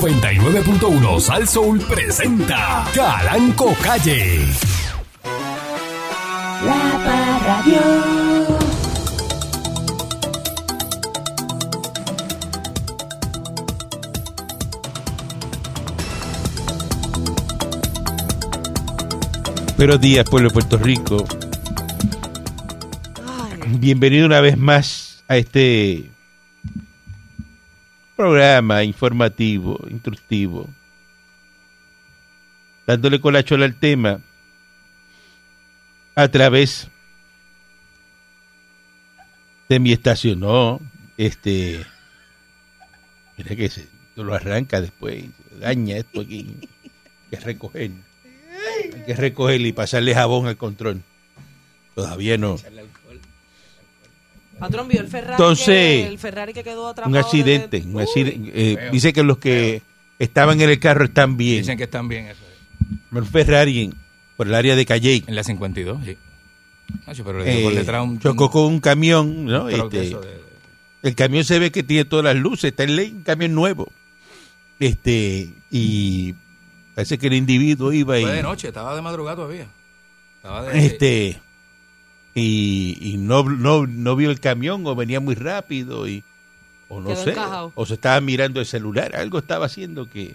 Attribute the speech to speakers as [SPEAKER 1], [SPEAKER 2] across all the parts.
[SPEAKER 1] 99.1 Sal Soul presenta Calanco Calle.
[SPEAKER 2] La Parradio.
[SPEAKER 3] Buenos días, pueblo de Puerto Rico. Bienvenido una vez más a este programa informativo, instructivo, dándole con la chola al tema a través de mi estación. No, este, mira que se lo arranca después, daña esto aquí, hay que recoger, hay que recoger y pasarle jabón al control. Todavía no.
[SPEAKER 4] Patrón vio el Ferrari.
[SPEAKER 3] Entonces,
[SPEAKER 4] que, el Ferrari que quedó atrapado.
[SPEAKER 3] un accidente.
[SPEAKER 4] desde-
[SPEAKER 3] un accidente. Eh, dice que los que estaban en el carro están bien. ¿eh?
[SPEAKER 5] Dicen que están bien eso.
[SPEAKER 3] Un Ferrari en- por el área de Calle.
[SPEAKER 5] En la 52, sí. Nacho, pero le dio por
[SPEAKER 3] eh,
[SPEAKER 5] detrás un...
[SPEAKER 3] chocó con un camión. ¿no?
[SPEAKER 5] un truck
[SPEAKER 3] Este,
[SPEAKER 5] de eso de- de-
[SPEAKER 3] el camión se ve que tiene todas las luces. Está en ley, un camión nuevo. Este Y parece que el individuo iba y.
[SPEAKER 5] Fue de noche, estaba de madrugada todavía. Estaba de...
[SPEAKER 3] este y, y no, no, no vio el camión o venía muy rápido y o no
[SPEAKER 4] Quedó
[SPEAKER 3] sé
[SPEAKER 4] encajado.
[SPEAKER 3] o se estaba mirando el celular algo estaba haciendo que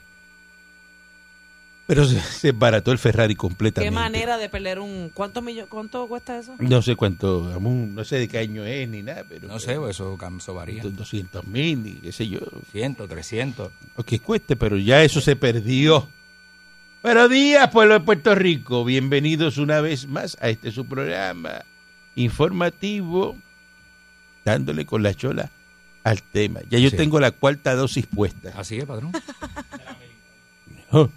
[SPEAKER 3] pero se, se barató el Ferrari completamente
[SPEAKER 4] Qué manera de perder un. ¿Cuántos millones? ¿Cuánto cuesta eso?
[SPEAKER 3] no sé cuánto aún no sé de qué año es ni nada pero
[SPEAKER 5] No sé, pues, eso, cam- eso varía.
[SPEAKER 3] 200 mil y qué sé yo
[SPEAKER 5] 100, 300.
[SPEAKER 3] lo que cueste pero ya eso se perdió Buenos días, pueblo de Puerto Rico. Bienvenidos una vez más a este su programa informativo, dándole con la chola al tema. Ya yo
[SPEAKER 5] Sí. Ah,
[SPEAKER 3] tengo la cuarta dosis puesta.
[SPEAKER 5] Así es, patrón.
[SPEAKER 3] Oh,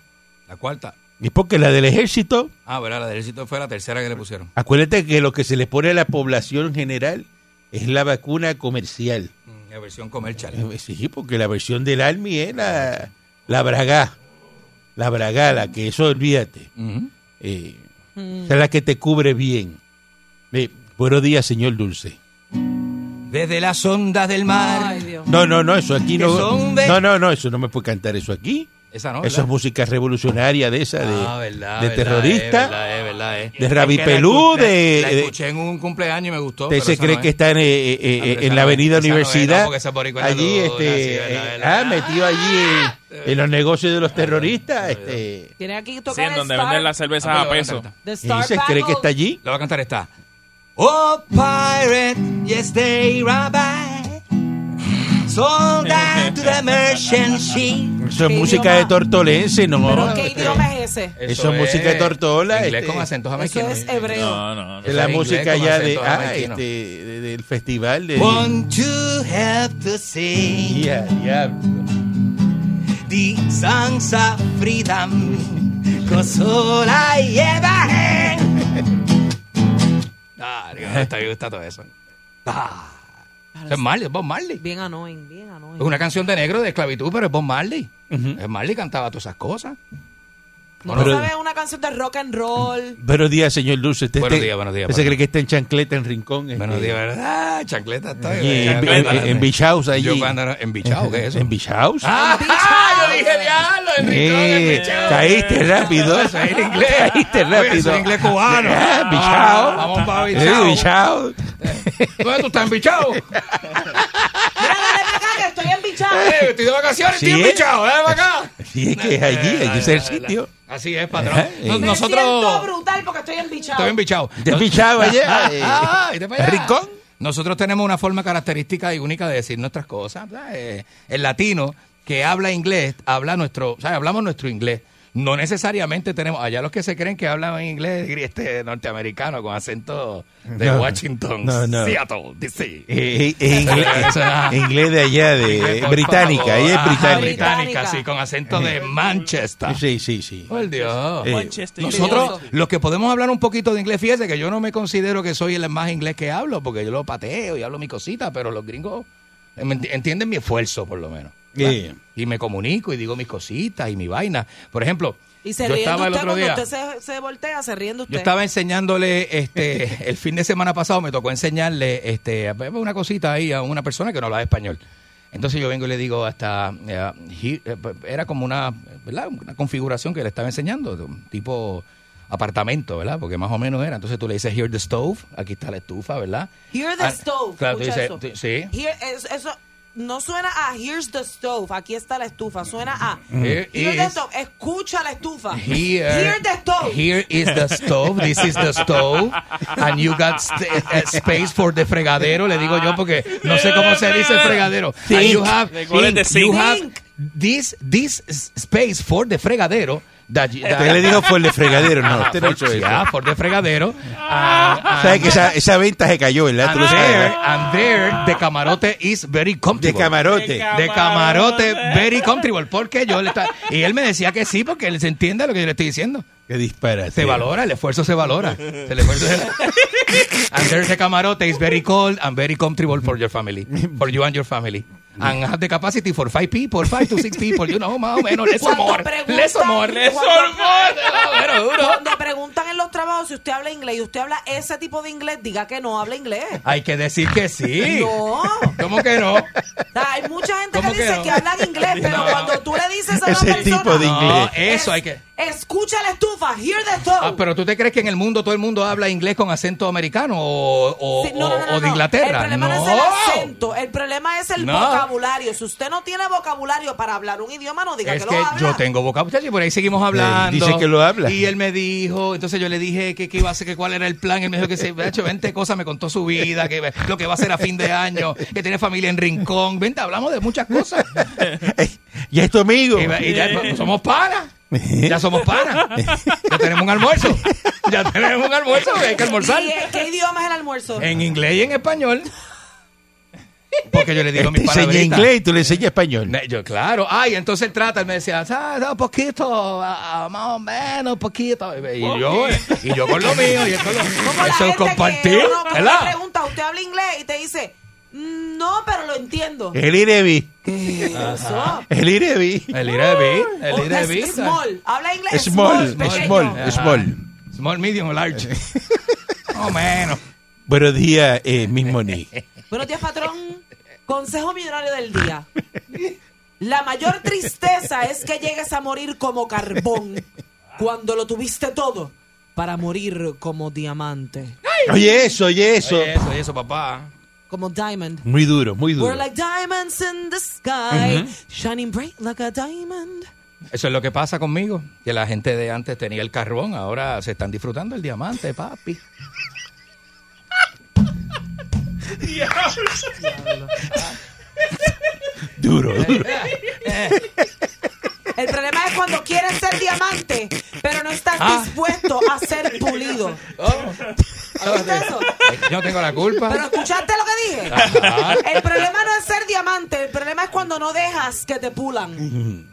[SPEAKER 5] La cuarta.
[SPEAKER 3] Y porque la del ejército,
[SPEAKER 5] Ah, ¿verdad? La del éxito fue la tercera que le pusieron.
[SPEAKER 3] acuérdate que lo que se le pone a la población en general es la vacuna comercial.
[SPEAKER 5] Mm, La versión comercial.
[SPEAKER 3] Eh, Sí, porque la versión del Army es la, la braga. La braga, la que eso olvídate.
[SPEAKER 5] Ujú.
[SPEAKER 3] Eh, esa es la que te cubre bien. Eh, buenos días, señor Dulce.
[SPEAKER 5] Desde las ondas del mar.
[SPEAKER 4] Ay, Dios.
[SPEAKER 3] No, no, no, eso aquí
[SPEAKER 5] Que
[SPEAKER 3] no.
[SPEAKER 5] son de-
[SPEAKER 3] No, no, no, eso no me puede cantar eso aquí.
[SPEAKER 5] Esa no,
[SPEAKER 3] Eso es
[SPEAKER 5] ¿verdad?
[SPEAKER 3] música revolucionaria de esa, de,
[SPEAKER 5] Ah, verdad,
[SPEAKER 3] de
[SPEAKER 5] verdad,
[SPEAKER 3] terrorista.
[SPEAKER 5] es verdad, es verdad, eh. es.
[SPEAKER 3] de
[SPEAKER 5] Es
[SPEAKER 3] Rabi
[SPEAKER 5] que la
[SPEAKER 3] Pelú,
[SPEAKER 5] escuché-
[SPEAKER 3] de-
[SPEAKER 5] La
[SPEAKER 3] de-
[SPEAKER 5] escuché en un cumpleaños y me gustó.
[SPEAKER 3] Usted
[SPEAKER 5] pero
[SPEAKER 3] se
[SPEAKER 5] esa
[SPEAKER 3] cree
[SPEAKER 5] no
[SPEAKER 3] que
[SPEAKER 5] es.
[SPEAKER 3] está en, eh, eh, eh,
[SPEAKER 5] Ah, pero
[SPEAKER 3] en
[SPEAKER 5] esa
[SPEAKER 3] la
[SPEAKER 5] no es,
[SPEAKER 3] avenida
[SPEAKER 5] esa no es,
[SPEAKER 3] Universidad.
[SPEAKER 5] no, porque esa es boricua, es la
[SPEAKER 3] allí,
[SPEAKER 5] luna, sí,
[SPEAKER 3] este,
[SPEAKER 5] verdad,
[SPEAKER 3] eh,
[SPEAKER 5] verdad.
[SPEAKER 3] ah, metido allí en, en los negocios de los terroristas. Este,
[SPEAKER 4] Tiene aquí que
[SPEAKER 6] Sí,
[SPEAKER 4] tocar.
[SPEAKER 6] en
[SPEAKER 4] el
[SPEAKER 6] donde
[SPEAKER 4] Star-
[SPEAKER 6] venden las cervezas
[SPEAKER 5] Ah,
[SPEAKER 6] a
[SPEAKER 5] pero
[SPEAKER 4] pues
[SPEAKER 6] peso.
[SPEAKER 5] canta.
[SPEAKER 4] The
[SPEAKER 3] y
[SPEAKER 4] Star
[SPEAKER 3] se cree que
[SPEAKER 4] Battle.
[SPEAKER 3] está allí.
[SPEAKER 5] La va a cantar esta. Oh, pirate, yes, they rabbi. Sold out to the merchant ship.
[SPEAKER 3] Eso es
[SPEAKER 4] ¿Qué
[SPEAKER 3] música
[SPEAKER 4] idioma?
[SPEAKER 3] de tortolense, no.
[SPEAKER 4] ¿Pero qué
[SPEAKER 3] este,
[SPEAKER 4] idioma es ese?
[SPEAKER 3] Eso es música de tortola,
[SPEAKER 5] Inglés
[SPEAKER 3] este.
[SPEAKER 5] con acentos
[SPEAKER 4] Eso
[SPEAKER 5] jamaicanos.
[SPEAKER 4] es hebreo.
[SPEAKER 6] No, no, no.
[SPEAKER 3] de la
[SPEAKER 5] Eso es
[SPEAKER 3] música
[SPEAKER 5] inglés con
[SPEAKER 3] ya de,
[SPEAKER 5] acento
[SPEAKER 3] ah,
[SPEAKER 5] jamaiquino.
[SPEAKER 3] este, de- del festival de.
[SPEAKER 5] Want to have to sing
[SPEAKER 3] Ya, ya.
[SPEAKER 5] the songs of freedom. Cause all I ever had. Ah, Dios, está bien, está todo eso. Ah. Eso es Marley, es Bob Marley.
[SPEAKER 4] Bien annoying, bien annoying.
[SPEAKER 5] Es una canción de negro de esclavitud, pero es Bob Marley. Es Marley cantaba todas esas cosas.
[SPEAKER 4] ¿No
[SPEAKER 3] Pero-
[SPEAKER 4] sabes una canción de rock and roll?
[SPEAKER 3] Buenos días, señor Dulce. Usted
[SPEAKER 5] Buenos
[SPEAKER 3] está-
[SPEAKER 5] días, buenos días,
[SPEAKER 3] usted se
[SPEAKER 5] buenos
[SPEAKER 3] cree que está en chancleta, en rincón. este,
[SPEAKER 5] Buenos días, ¿verdad? Chancleta está
[SPEAKER 3] allí en, en- en- en Beach House, allí.
[SPEAKER 5] Yo cuando era- en Beach House, ¿qué es eso?
[SPEAKER 3] En Beach House.
[SPEAKER 5] ¡Ah! Yo dije diablo, en Rincón, en
[SPEAKER 3] Eh,
[SPEAKER 5] Beach House.
[SPEAKER 3] caíste rápido.
[SPEAKER 5] Eso es en inglés.
[SPEAKER 3] Caíste
[SPEAKER 5] Oye, eso es
[SPEAKER 3] rápido.
[SPEAKER 5] inglés cubano.
[SPEAKER 3] Ah, Beach House.
[SPEAKER 5] Vamos para Beach
[SPEAKER 3] Eh,
[SPEAKER 5] House.
[SPEAKER 3] Beach House.
[SPEAKER 5] ¿Dónde tú estás en Beach House?
[SPEAKER 4] Mira, dale para acá, que estoy en bichado.
[SPEAKER 5] Eh, estoy de vacaciones,
[SPEAKER 3] Sí,
[SPEAKER 5] estoy en
[SPEAKER 3] eh.
[SPEAKER 5] Beach House. Dale para acá.
[SPEAKER 3] Sí, es que
[SPEAKER 5] Eh,
[SPEAKER 3] es allí, allí es el sitio.
[SPEAKER 5] Así es,
[SPEAKER 3] Ajá,
[SPEAKER 5] patrón.
[SPEAKER 3] eh.
[SPEAKER 5] Nos-
[SPEAKER 3] Me
[SPEAKER 4] Me siento
[SPEAKER 5] Nosotros...
[SPEAKER 4] brutal porque estoy en bichado.
[SPEAKER 5] Estoy en Beach House.
[SPEAKER 3] De Beach House, allá. eh,
[SPEAKER 5] Ah, vete para allá.
[SPEAKER 3] Rincón.
[SPEAKER 5] Nosotros tenemos una forma característica y única de decir nuestras cosas. ¿verdad? Eh, el latino que habla inglés, habla nuestro, o sea, hablamos nuestro inglés. No necesariamente tenemos, allá los que se creen que hablan inglés este, norteamericano con acento de
[SPEAKER 3] No.
[SPEAKER 5] Washington,
[SPEAKER 3] No, no.
[SPEAKER 5] Seattle, D.C.
[SPEAKER 3] eh, eh, eh, inglés,
[SPEAKER 5] Eso no.
[SPEAKER 3] eh, inglés de allá, de
[SPEAKER 5] Inglés, por favor.
[SPEAKER 3] Eh, británica. Ella es
[SPEAKER 5] Ajá,
[SPEAKER 3] británica.
[SPEAKER 4] británica.
[SPEAKER 5] británica, sí, con acento de Manchester.
[SPEAKER 3] Sí, sí, sí.
[SPEAKER 5] Oh, el Dios.
[SPEAKER 3] Eh,
[SPEAKER 5] Nosotros, los que podemos hablar un poquito de inglés, fíjese que yo no me considero que soy el más inglés que hablo, porque yo lo pateo y hablo mis cositas, pero los gringos eh, me enti- entienden mi esfuerzo, por lo menos. ¿verdad?
[SPEAKER 3] Sí.
[SPEAKER 5] Y me comunico y digo mis cositas y mi vaina. Por ejemplo,
[SPEAKER 4] Y se
[SPEAKER 5] yo
[SPEAKER 4] ríen de
[SPEAKER 5] estaba
[SPEAKER 4] usted
[SPEAKER 5] el otro
[SPEAKER 4] cuando
[SPEAKER 5] día.
[SPEAKER 4] usted se, se voltea, se ríen de usted.
[SPEAKER 5] Yo estaba enseñándole, este, el fin de semana pasado me tocó enseñarle este, una cosita ahí a una persona que no hablaba español. Entonces yo vengo y le digo hasta, eh, he- eh, era como una, ¿verdad? una configuración que le estaba enseñando, de un tipo apartamento, ¿verdad? Porque más o menos era. Entonces tú le dices, here the stove, aquí está la estufa, ¿verdad?
[SPEAKER 4] Hear the
[SPEAKER 5] Ah,
[SPEAKER 4] stove.
[SPEAKER 5] Claro, tú
[SPEAKER 4] escucha
[SPEAKER 5] dices, tú- sí.
[SPEAKER 4] eso. Here- es- eso no suena a here's the stove. Aquí está la estufa. Suena a
[SPEAKER 5] Here
[SPEAKER 4] hear the
[SPEAKER 5] Mm. is-
[SPEAKER 4] stove. Escucha la estufa.
[SPEAKER 5] Here,
[SPEAKER 4] Hear the stove.
[SPEAKER 5] here is the stove. This is the stove. And you got st- eh, space for the fregadero. Le digo yo porque no sé cómo se dice el fregadero. And you have,
[SPEAKER 2] They call it the
[SPEAKER 5] you
[SPEAKER 2] sink.
[SPEAKER 5] have this, this s- space for the fregadero. That you, that-
[SPEAKER 3] Usted le dijo fue el de fregadero, no. Usted Este no ha hecho eso.
[SPEAKER 5] Yeah, for the fregadero. And- and
[SPEAKER 3] ¿Sabe que esa, esa venta se cayó, ¿verdad? Tú lo
[SPEAKER 5] and
[SPEAKER 3] sabes,
[SPEAKER 5] there,
[SPEAKER 3] ¿verdad?
[SPEAKER 5] and there, the camarote is very
[SPEAKER 3] De
[SPEAKER 5] comfortable.
[SPEAKER 3] camarote.
[SPEAKER 5] De camarote, very comfortable. Porque yo le estaba. Y él me decía que sí, porque él se entiende lo que yo le estoy diciendo.
[SPEAKER 3] Que dispara.
[SPEAKER 5] Se valora, el esfuerzo se valora. El esfuerzo se- and there's the camarote is very cold and very comfortable for your family. For you and your family. And have the capacity for five people, five to six people, you know, más o menos. Less or
[SPEAKER 4] Cuando
[SPEAKER 5] more.
[SPEAKER 4] preguntan-
[SPEAKER 5] Less or more. Less or
[SPEAKER 4] cuando-
[SPEAKER 5] more. Pero duro.
[SPEAKER 4] Cuando preguntan en los trabajos si usted habla inglés y usted habla ese tipo de inglés, diga que no habla inglés.
[SPEAKER 5] Hay que decir que sí.
[SPEAKER 4] No.
[SPEAKER 5] ¿Cómo que no?
[SPEAKER 4] O sea, hay mucha gente que
[SPEAKER 5] ¿Cómo que
[SPEAKER 4] dice
[SPEAKER 5] no?
[SPEAKER 4] que hablan inglés, pero
[SPEAKER 5] No.
[SPEAKER 4] cuando tú le dices a
[SPEAKER 3] Ese
[SPEAKER 4] una persona,
[SPEAKER 3] tipo de
[SPEAKER 4] "No,
[SPEAKER 5] No,
[SPEAKER 3] Inglés.
[SPEAKER 5] eso
[SPEAKER 4] es-
[SPEAKER 5] hay que.
[SPEAKER 4] Escucha la estufa, hear the stove.
[SPEAKER 5] Ah, pero ¿tú te crees que en el mundo todo el mundo habla inglés con acento americano o, o-
[SPEAKER 4] Sí, no, no, no,
[SPEAKER 5] o de
[SPEAKER 4] no.
[SPEAKER 5] Inglaterra?
[SPEAKER 4] El problema no. es el acento, el problema es el
[SPEAKER 5] No.
[SPEAKER 4] vocabulario. Si usted no tiene vocabulario para hablar un idioma, no diga
[SPEAKER 5] Es
[SPEAKER 4] que
[SPEAKER 5] que
[SPEAKER 4] lo habla.
[SPEAKER 5] yo tengo vocabulario y por ahí seguimos hablando.
[SPEAKER 3] dice que lo habla.
[SPEAKER 5] Y él me dijo, entonces yo le dije que, que iba a hacer, que cuál era el plan. Él me dijo que se había hecho 20 cosas, me contó su vida, que lo que va a hacer a fin de año, que tiene familia en Rincón. Vente, hablamos de muchas cosas.
[SPEAKER 3] Ya es tu amigo.
[SPEAKER 5] eh. Y, va- y ya pues, somos panas. Ya somos panas. Ya tenemos un almuerzo. Ya tenemos un almuerzo, hay que almorzar.
[SPEAKER 4] ¿Y, eh, ¿Qué idioma es el almuerzo?
[SPEAKER 5] En inglés y en español. Porque yo le digo
[SPEAKER 3] Te
[SPEAKER 5] mis
[SPEAKER 3] enseña
[SPEAKER 5] palabritas.
[SPEAKER 3] inglés y tú le enseñas español.
[SPEAKER 5] Ne- Yo, claro. Ay, entonces él trata, él me decía, ah, no, poquito, ah, más o menos, poquito. Y yo, eh, y yo con lo mío, y él con lo
[SPEAKER 4] Como la
[SPEAKER 5] Eso es
[SPEAKER 4] gente
[SPEAKER 5] compartir,
[SPEAKER 4] que uno- que uno le
[SPEAKER 5] ¿verdad?
[SPEAKER 4] pregunta, ¿usted habla inglés? Y te dice, "Mm, no, pero lo entiendo.
[SPEAKER 5] Eh,
[SPEAKER 3] El Irevi.
[SPEAKER 4] Eso.
[SPEAKER 3] El Irevi.
[SPEAKER 5] El ir de beat, el
[SPEAKER 4] O
[SPEAKER 5] ir de
[SPEAKER 4] "Oh, es
[SPEAKER 5] beat.
[SPEAKER 4] small. Habla inglés.
[SPEAKER 3] Small,
[SPEAKER 4] pequeño.
[SPEAKER 3] small, small.
[SPEAKER 5] Small, medium o large.
[SPEAKER 4] Eh.
[SPEAKER 5] Más o menos.
[SPEAKER 3] Buenos días, eh, Miss Moni.
[SPEAKER 4] Buenos días, patrón. Consejo millonario del día. La mayor tristeza es que llegues a morir como carbón cuando lo tuviste todo para morir como diamante,
[SPEAKER 3] Oye eso, oye eso.
[SPEAKER 5] Oye, eso, oye, eso, papá.
[SPEAKER 4] como diamond.
[SPEAKER 3] Muy duro, muy duro.
[SPEAKER 4] We're like diamonds in the sky, shining bright like a diamond.
[SPEAKER 5] Eso es lo que pasa conmigo, que la gente de antes tenía el carbón, ahora se están disfrutando el diamante, papi.
[SPEAKER 3] Duro, duro.
[SPEAKER 4] El problema es cuando quieres ser diamante, pero no estás
[SPEAKER 5] Ah.
[SPEAKER 4] dispuesto a ser pulido. ¿Viste eso?
[SPEAKER 5] Yo no tengo la culpa.
[SPEAKER 4] Pero escuchaste lo que dije.
[SPEAKER 5] Ajá.
[SPEAKER 4] El problema no es ser diamante, el problema es cuando no dejas que te pulan.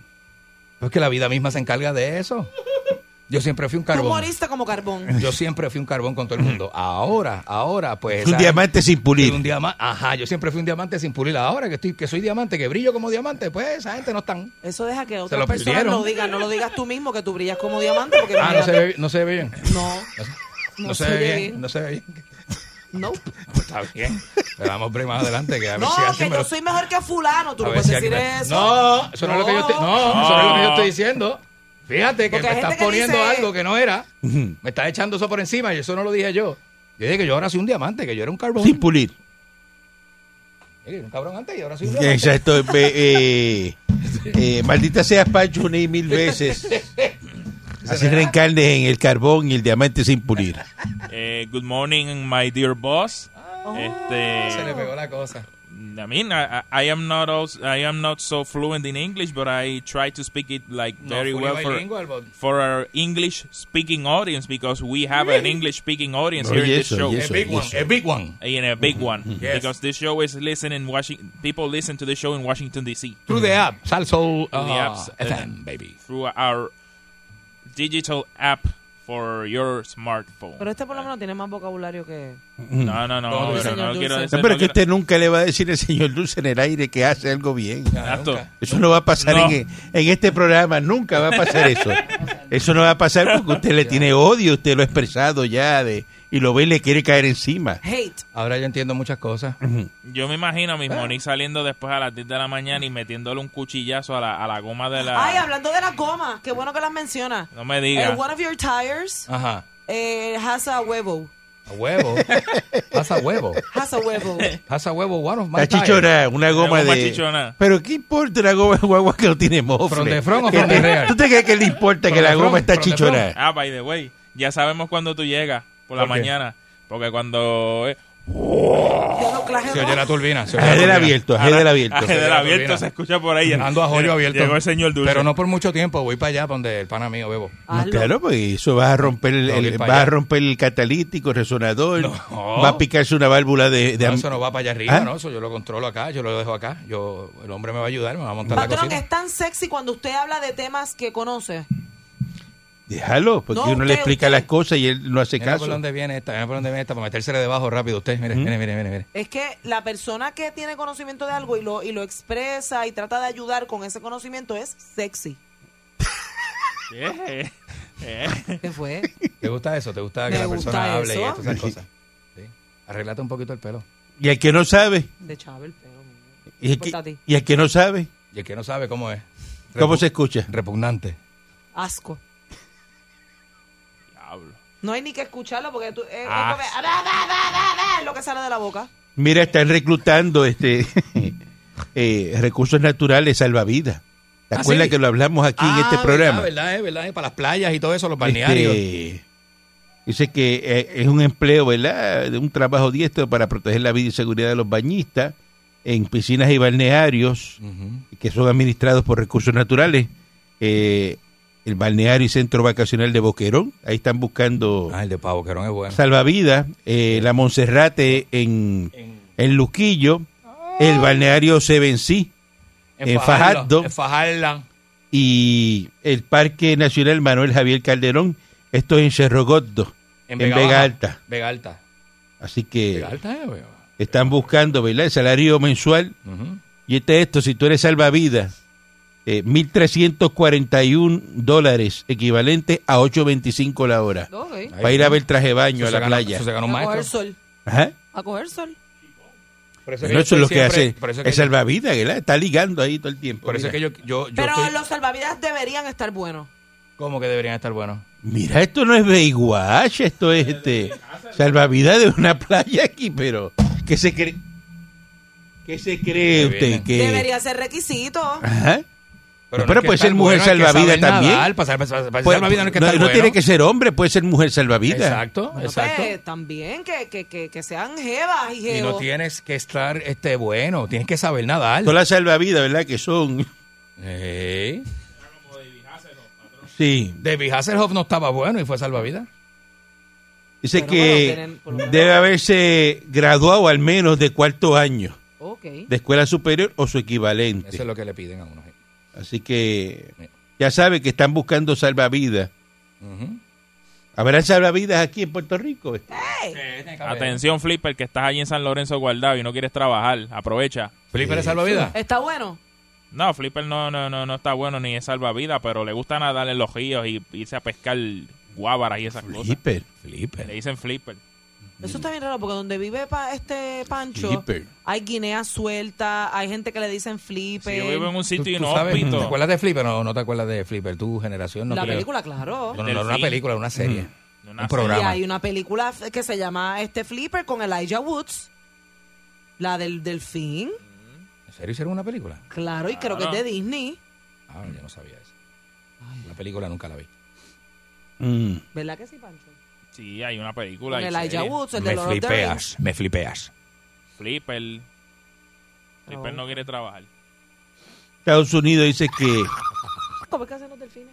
[SPEAKER 5] Es que la vida misma se encarga de eso. Yo siempre fui un
[SPEAKER 4] Tú
[SPEAKER 5] carbón.
[SPEAKER 4] moriste como carbón.
[SPEAKER 5] Yo siempre fui un carbón con todo el mundo. Ahora, ahora, pues.
[SPEAKER 3] Un
[SPEAKER 5] esa-
[SPEAKER 3] diamante sin pulir.
[SPEAKER 5] Un diama- Ajá, yo siempre fui un diamante sin pulir. Ahora que estoy, que soy diamante, que brillo como diamante, pues esa gente no están.
[SPEAKER 4] Eso deja que
[SPEAKER 5] Se
[SPEAKER 4] otras
[SPEAKER 5] lo
[SPEAKER 4] personas
[SPEAKER 5] perdieron.
[SPEAKER 4] lo digan, no lo digas tú mismo que tú brillas como diamante porque
[SPEAKER 5] Ah, no se
[SPEAKER 4] imagínate-
[SPEAKER 5] ve, no se ve bien.
[SPEAKER 4] no,
[SPEAKER 5] No,
[SPEAKER 4] No
[SPEAKER 5] se,
[SPEAKER 4] se
[SPEAKER 5] ve
[SPEAKER 4] ve
[SPEAKER 5] bien.
[SPEAKER 4] bien.
[SPEAKER 5] No se ve bien.
[SPEAKER 4] no.
[SPEAKER 5] Pues está bien. Le damos break más adelante. Que a ver
[SPEAKER 4] No,
[SPEAKER 5] si alguien
[SPEAKER 4] que
[SPEAKER 5] me
[SPEAKER 4] yo
[SPEAKER 5] lo-
[SPEAKER 4] soy mejor que fulano, tú
[SPEAKER 5] a
[SPEAKER 4] no
[SPEAKER 5] ver
[SPEAKER 4] puedes
[SPEAKER 5] si
[SPEAKER 4] decir
[SPEAKER 5] alguien me-
[SPEAKER 4] eso.
[SPEAKER 5] No, eso no es lo que yo estoy. No, eso no es lo que yo estoy diciendo. Fíjate que
[SPEAKER 4] Porque
[SPEAKER 5] me
[SPEAKER 4] hay
[SPEAKER 5] estás
[SPEAKER 4] gente que
[SPEAKER 5] poniendo
[SPEAKER 4] dice-
[SPEAKER 5] algo que no era. Me estás echando eso por encima y eso no lo dije yo. Yo dije que yo ahora soy un diamante, que yo era un carbón.
[SPEAKER 3] Sin pulir.
[SPEAKER 5] Yo era un cabrón antes y ahora soy un diamante.
[SPEAKER 3] Exacto. eh, eh, eh, maldita sea Pacho una y mil veces. Así reencarnes en el carbón y el diamante sin pulir.
[SPEAKER 2] Eh, good morning, my dear boss.
[SPEAKER 5] Se le
[SPEAKER 2] Este,
[SPEAKER 5] pegó la cosa.
[SPEAKER 2] I mean, I, I I am not also, I am not so fluent in English, but I try to speak it like
[SPEAKER 5] No,
[SPEAKER 2] very
[SPEAKER 5] fully
[SPEAKER 2] well for
[SPEAKER 5] bilingual, but-
[SPEAKER 2] for our English speaking audience because we have an English speaking audience here in
[SPEAKER 3] Oye
[SPEAKER 2] this
[SPEAKER 3] eso,
[SPEAKER 2] show.
[SPEAKER 3] oye
[SPEAKER 5] A
[SPEAKER 3] eso,
[SPEAKER 5] big
[SPEAKER 3] oye
[SPEAKER 5] one,
[SPEAKER 3] eso.
[SPEAKER 5] a big one.
[SPEAKER 2] In a big one,
[SPEAKER 5] Yes.
[SPEAKER 2] because this show is listened in Washington. People listen to the show in Washington D.C.
[SPEAKER 5] Through the app, Salsoul
[SPEAKER 2] the
[SPEAKER 5] uh,
[SPEAKER 2] apps, uh,
[SPEAKER 5] FM, baby.
[SPEAKER 2] through our digital app for your smartphone.
[SPEAKER 4] Pero este por lo menos tiene más vocabulario que
[SPEAKER 2] No, no, no,
[SPEAKER 5] Todo
[SPEAKER 2] pero
[SPEAKER 4] diseño
[SPEAKER 2] no
[SPEAKER 4] dulce.
[SPEAKER 2] quiero
[SPEAKER 4] No,
[SPEAKER 2] decir.
[SPEAKER 3] No, pero que
[SPEAKER 2] no quiero-
[SPEAKER 3] usted nunca le va a decir al señor Dulce en el aire que hace algo bien.
[SPEAKER 2] Exacto.
[SPEAKER 3] Eso no va a pasar
[SPEAKER 2] No.
[SPEAKER 3] en, en este programa, nunca va a pasar eso. Eso no va a pasar porque usted le tiene odio, usted lo ha expresado ya de, y lo ve y le quiere caer encima.
[SPEAKER 4] Hate.
[SPEAKER 5] Ahora yo entiendo muchas cosas.
[SPEAKER 2] Yo me imagino
[SPEAKER 5] Eh.
[SPEAKER 2] a mi Monique saliendo después a las 10 de la mañana y metiéndole un cuchillazo a la, a la goma de la...
[SPEAKER 4] Ay, hablando de las gomas, qué bueno que las menciona.
[SPEAKER 2] no me
[SPEAKER 4] Eh,
[SPEAKER 2] digas.
[SPEAKER 4] one of your tires
[SPEAKER 5] Ajá.
[SPEAKER 4] eh, has a huevo.
[SPEAKER 5] A huevo. Pasa huevo.
[SPEAKER 4] Has a huevo.
[SPEAKER 5] Pasa huevo, one of my
[SPEAKER 3] La
[SPEAKER 5] tires.
[SPEAKER 3] chichona, una goma
[SPEAKER 2] Una goma
[SPEAKER 3] de...
[SPEAKER 2] chichona.
[SPEAKER 3] Pero ¿qué importa una goma de guagua que no tiene mofle?
[SPEAKER 5] From the front o
[SPEAKER 3] ¿Qué
[SPEAKER 5] from the
[SPEAKER 3] te-
[SPEAKER 5] rear?
[SPEAKER 3] ¿Tú te crees que le importa
[SPEAKER 5] From
[SPEAKER 3] que
[SPEAKER 5] the
[SPEAKER 3] la
[SPEAKER 5] front,
[SPEAKER 3] goma está
[SPEAKER 5] from the
[SPEAKER 3] chichona?
[SPEAKER 2] Ah, by the way, ya sabemos cuando tú llegas por la
[SPEAKER 5] ¿Por qué?
[SPEAKER 2] mañana. Porque cuando... eh,
[SPEAKER 4] Yo no claje
[SPEAKER 5] Se oye la turbina. Se oye la
[SPEAKER 3] Ajedel
[SPEAKER 5] turbina.
[SPEAKER 3] abierto,
[SPEAKER 2] a
[SPEAKER 3] ajedel
[SPEAKER 2] la-
[SPEAKER 3] abierto.
[SPEAKER 2] a del
[SPEAKER 5] la
[SPEAKER 2] abierto
[SPEAKER 5] turbina.
[SPEAKER 2] se escucha por ahí.
[SPEAKER 5] Ando a jolio abierto.
[SPEAKER 2] Llegó el señor Dulce.
[SPEAKER 5] Pero no por mucho tiempo. Voy para allá para donde el pana mío bebo.
[SPEAKER 3] No, claro, pues eso vas a romper el,
[SPEAKER 5] Tengo que
[SPEAKER 3] el-
[SPEAKER 5] ir para
[SPEAKER 3] vas a
[SPEAKER 5] allá.
[SPEAKER 3] romper el catalítico, el resonador,
[SPEAKER 5] No.
[SPEAKER 3] va a picarse una válvula de, de
[SPEAKER 5] No,
[SPEAKER 3] am-
[SPEAKER 5] eso no va para allá arriba,
[SPEAKER 3] ¿Ah?
[SPEAKER 5] ¿no? Eso yo lo controlo acá, yo lo dejo acá. Yo, el hombre me va a ayudar, me va a montar la
[SPEAKER 4] Patrón, este-
[SPEAKER 5] cocina.
[SPEAKER 4] es tan sexy cuando usted habla de temas que conoce.
[SPEAKER 3] déjalo, porque
[SPEAKER 4] No,
[SPEAKER 3] uno le
[SPEAKER 4] usted-
[SPEAKER 3] explica
[SPEAKER 4] usted-
[SPEAKER 3] las cosas y él no hace
[SPEAKER 5] Mira por
[SPEAKER 3] caso.
[SPEAKER 5] dónde viene esta, mira por dónde viene esta, para metérsele debajo rápido usted. Mire, mire, mire, mire, mire.
[SPEAKER 4] Es que la persona que tiene conocimiento de algo y lo, y lo expresa y trata de ayudar con ese conocimiento es sexy.
[SPEAKER 2] Eh, eh.
[SPEAKER 4] ¿Qué fue?
[SPEAKER 5] ¿Te gusta eso? ¿Te gusta
[SPEAKER 4] Me
[SPEAKER 5] que la
[SPEAKER 4] gusta
[SPEAKER 5] persona hable y
[SPEAKER 4] eso.
[SPEAKER 5] todas esas cosas? Sí. Arréglate un poquito el pelo.
[SPEAKER 3] Y el que no sabe,
[SPEAKER 4] De Chávez, pero... mío.
[SPEAKER 3] y el,
[SPEAKER 4] Importa a ti.
[SPEAKER 3] que, y el que no sabe,
[SPEAKER 5] Y el que no sabe cómo es.
[SPEAKER 3] ¿cómo
[SPEAKER 5] Repu-
[SPEAKER 3] se escucha?
[SPEAKER 5] Repugnante.
[SPEAKER 4] Asco.
[SPEAKER 2] Diablo.
[SPEAKER 4] No hay ni que escucharlo porque tú... eh, es
[SPEAKER 2] Ah.
[SPEAKER 4] como que- ah, da, da, da, da, es lo que sale de la boca.
[SPEAKER 3] Mira, están reclutando este eh, recursos naturales salvavidas. ¿Te
[SPEAKER 5] ¿Ah,
[SPEAKER 3] acuerdas
[SPEAKER 5] sí?
[SPEAKER 3] que lo hablamos aquí en este programa?
[SPEAKER 5] Ah, verdad, es verdad, es para las playas y todo eso, los balnearios.
[SPEAKER 3] Este, dice que eh, es un empleo, ¿verdad? De un trabajo diestro para proteger la vida y seguridad de los bañistas en piscinas y balnearios
[SPEAKER 5] Ujú.
[SPEAKER 3] que son administrados por recursos naturales. Eh, el balneario y centro vacacional de Boquerón, ahí están buscando
[SPEAKER 5] Ah, el de Pavo Querón es bueno.
[SPEAKER 3] salvavidas, eh, la Monserrate en, en Luquillo,
[SPEAKER 5] Ah.
[SPEAKER 3] el balneario Sevencí en Fajardo.
[SPEAKER 5] Fajardo, En Fajarla.
[SPEAKER 3] y el Parque Nacional Manuel Javier Calderón, esto es en Cerro Gordo, en, Vega,
[SPEAKER 5] Baja.
[SPEAKER 3] Alta.
[SPEAKER 5] Vega Alta.
[SPEAKER 3] Así que
[SPEAKER 5] Vega Alta, eh, weón.
[SPEAKER 3] están buscando, ¿verdad? El salario mensual.
[SPEAKER 5] Ujú.
[SPEAKER 3] Y este esto, si tú eres salvavidas, eh, 1.341 dólares, equivalente a 8.25 la hora.
[SPEAKER 4] Ok.
[SPEAKER 5] Ahí
[SPEAKER 3] Para ir a ver traje de
[SPEAKER 5] Eso
[SPEAKER 3] baño a
[SPEAKER 5] se
[SPEAKER 3] la
[SPEAKER 5] ganó-
[SPEAKER 3] playa.
[SPEAKER 5] Eso se ganó un
[SPEAKER 4] A coger
[SPEAKER 5] maestro.
[SPEAKER 4] sol.
[SPEAKER 3] Ajá.
[SPEAKER 4] A coger sol.
[SPEAKER 5] Por eso
[SPEAKER 3] Bueno, eso
[SPEAKER 5] yo
[SPEAKER 3] es
[SPEAKER 5] estoy
[SPEAKER 3] lo que
[SPEAKER 5] siempre-
[SPEAKER 3] hace.
[SPEAKER 5] Por eso
[SPEAKER 3] es
[SPEAKER 5] que yo-
[SPEAKER 3] salvavidas, ¿verdad? Está ligando ahí todo el tiempo.
[SPEAKER 5] por eso
[SPEAKER 3] mira.
[SPEAKER 5] que yo, yo, yo
[SPEAKER 4] Pero
[SPEAKER 5] estoy-
[SPEAKER 4] los salvavidas deberían estar buenos.
[SPEAKER 5] ¿Cómo que deberían estar buenos?
[SPEAKER 3] Mira, esto no es Baywatch, esto es este salvavidas de una playa aquí, pero ¿qué se cree? ¿Qué se cree
[SPEAKER 5] Qué bien.
[SPEAKER 3] usted que?
[SPEAKER 4] Debería ser requisito.
[SPEAKER 3] Ajá. Pero
[SPEAKER 5] no es que
[SPEAKER 3] puede ser
[SPEAKER 5] estar
[SPEAKER 3] mujer
[SPEAKER 5] bueno, hay que
[SPEAKER 3] salvavidas
[SPEAKER 5] saber nadar,
[SPEAKER 3] también.
[SPEAKER 5] Para, ser- para ser- para ser
[SPEAKER 3] Pues,
[SPEAKER 5] salvavidas no es que
[SPEAKER 3] no,
[SPEAKER 5] estar
[SPEAKER 3] no
[SPEAKER 5] bueno.
[SPEAKER 3] tiene que ser hombre, puede ser mujer salvavidas.
[SPEAKER 5] Exacto,
[SPEAKER 4] Bueno, pues,
[SPEAKER 5] exacto.
[SPEAKER 4] también que, que, que, que sean jevas y
[SPEAKER 5] Y no
[SPEAKER 4] jevos.
[SPEAKER 5] tienes que estar este bueno, tienes que saber nadar.
[SPEAKER 3] Todas las salvavidas, ¿verdad? Que son.
[SPEAKER 5] Ey.
[SPEAKER 3] Sí.
[SPEAKER 5] David Hasselhoff no estaba bueno y fue salvavidas.
[SPEAKER 3] Dice
[SPEAKER 4] Pero
[SPEAKER 3] que
[SPEAKER 4] bueno, tienen- por lo menos-
[SPEAKER 3] debe haberse graduado al menos de cuarto año
[SPEAKER 4] Ok.
[SPEAKER 3] de escuela superior o su equivalente.
[SPEAKER 5] Eso es lo que le piden a uno.
[SPEAKER 3] Así que
[SPEAKER 5] Sí.
[SPEAKER 3] ya sabe que están buscando salvavidas.
[SPEAKER 5] Ujú.
[SPEAKER 3] ¿Habrá salvavidas aquí en Puerto Rico?
[SPEAKER 2] Atención, Flipper, que estás allí en San Lorenzo guardado y no quieres trabajar. Aprovecha.
[SPEAKER 5] Flipper es salvavidas.
[SPEAKER 4] Está bueno.
[SPEAKER 2] No, Flipper no, no, no, no está bueno ni es salvavidas, pero le gusta nadar en los ríos y irse a pescar guávaras y esas cosas.
[SPEAKER 3] Flipper.
[SPEAKER 2] Le
[SPEAKER 5] Flipper.
[SPEAKER 2] dicen Flipper.
[SPEAKER 4] Eso está bien raro porque donde vive pa- este Pancho
[SPEAKER 3] Flipper.
[SPEAKER 4] hay guinea suelta, hay gente que le dicen flipper.
[SPEAKER 2] Si yo vivo en un
[SPEAKER 5] ¿Tú,
[SPEAKER 2] sitio
[SPEAKER 5] tú sabes, ¿Te
[SPEAKER 2] inhóspito.
[SPEAKER 5] acuerdas de Flipper? No, no te acuerdas de Flipper. Tu generación no
[SPEAKER 4] la
[SPEAKER 5] creo.
[SPEAKER 4] película, claro.
[SPEAKER 5] No, no, no, una
[SPEAKER 2] Delfín.
[SPEAKER 5] película, una serie.
[SPEAKER 2] de
[SPEAKER 5] un
[SPEAKER 2] una
[SPEAKER 5] programa.
[SPEAKER 4] Y hay una película f- que se llama este Flipper con Elijah Woods. La del delfín.
[SPEAKER 5] ¿En serio hicieron una película?
[SPEAKER 4] Claro, y creo que es de Disney.
[SPEAKER 5] Ah, yo no sabía eso. La película nunca la vi.
[SPEAKER 3] Mm.
[SPEAKER 4] ¿Verdad que sí, Pancho?
[SPEAKER 2] Sí, hay una película.
[SPEAKER 4] Con
[SPEAKER 2] hay
[SPEAKER 4] Elijah
[SPEAKER 2] serie.
[SPEAKER 4] Woods, el de
[SPEAKER 5] Me
[SPEAKER 4] Lord of the Rings.
[SPEAKER 5] flipeas, me flipeas.
[SPEAKER 2] Flipper. Flipper
[SPEAKER 4] Oh.
[SPEAKER 2] no quiere trabajar.
[SPEAKER 3] Estados Unidos dice que
[SPEAKER 4] ¿Cómo es que hacen los delfines?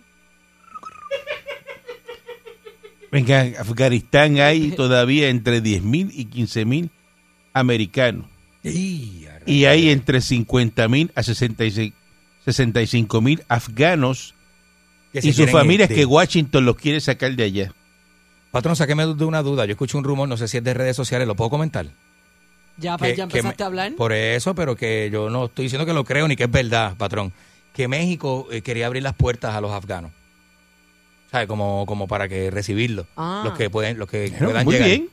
[SPEAKER 3] venga, en Afganistán hay todavía entre 10.000 y 15.000 americanos y hay entre 50.000 a 66 65.000 afganos
[SPEAKER 5] Que se
[SPEAKER 3] y sus
[SPEAKER 5] quieren este,
[SPEAKER 3] familias
[SPEAKER 5] irte.
[SPEAKER 3] que Washington los quiere sacar de allá.
[SPEAKER 5] Patrón, saqueme de una duda. Yo escuché un rumor, no sé si es de redes sociales, ¿lo puedo comentar?
[SPEAKER 4] Ya, pa-
[SPEAKER 5] Que-
[SPEAKER 4] Ah, pues ya
[SPEAKER 5] que
[SPEAKER 4] empezaste
[SPEAKER 5] me-
[SPEAKER 4] a hablar.
[SPEAKER 5] Por eso, pero que yo no estoy diciendo que lo creo ni que es verdad, patrón. Que México eh, quería abrir las puertas a los afganos. O ¿sabes? Como, como para que recibirlo.
[SPEAKER 4] Ah.
[SPEAKER 5] Los que pueden, los que
[SPEAKER 3] Bueno,
[SPEAKER 5] puedan
[SPEAKER 3] muy
[SPEAKER 5] llegar.
[SPEAKER 3] bien.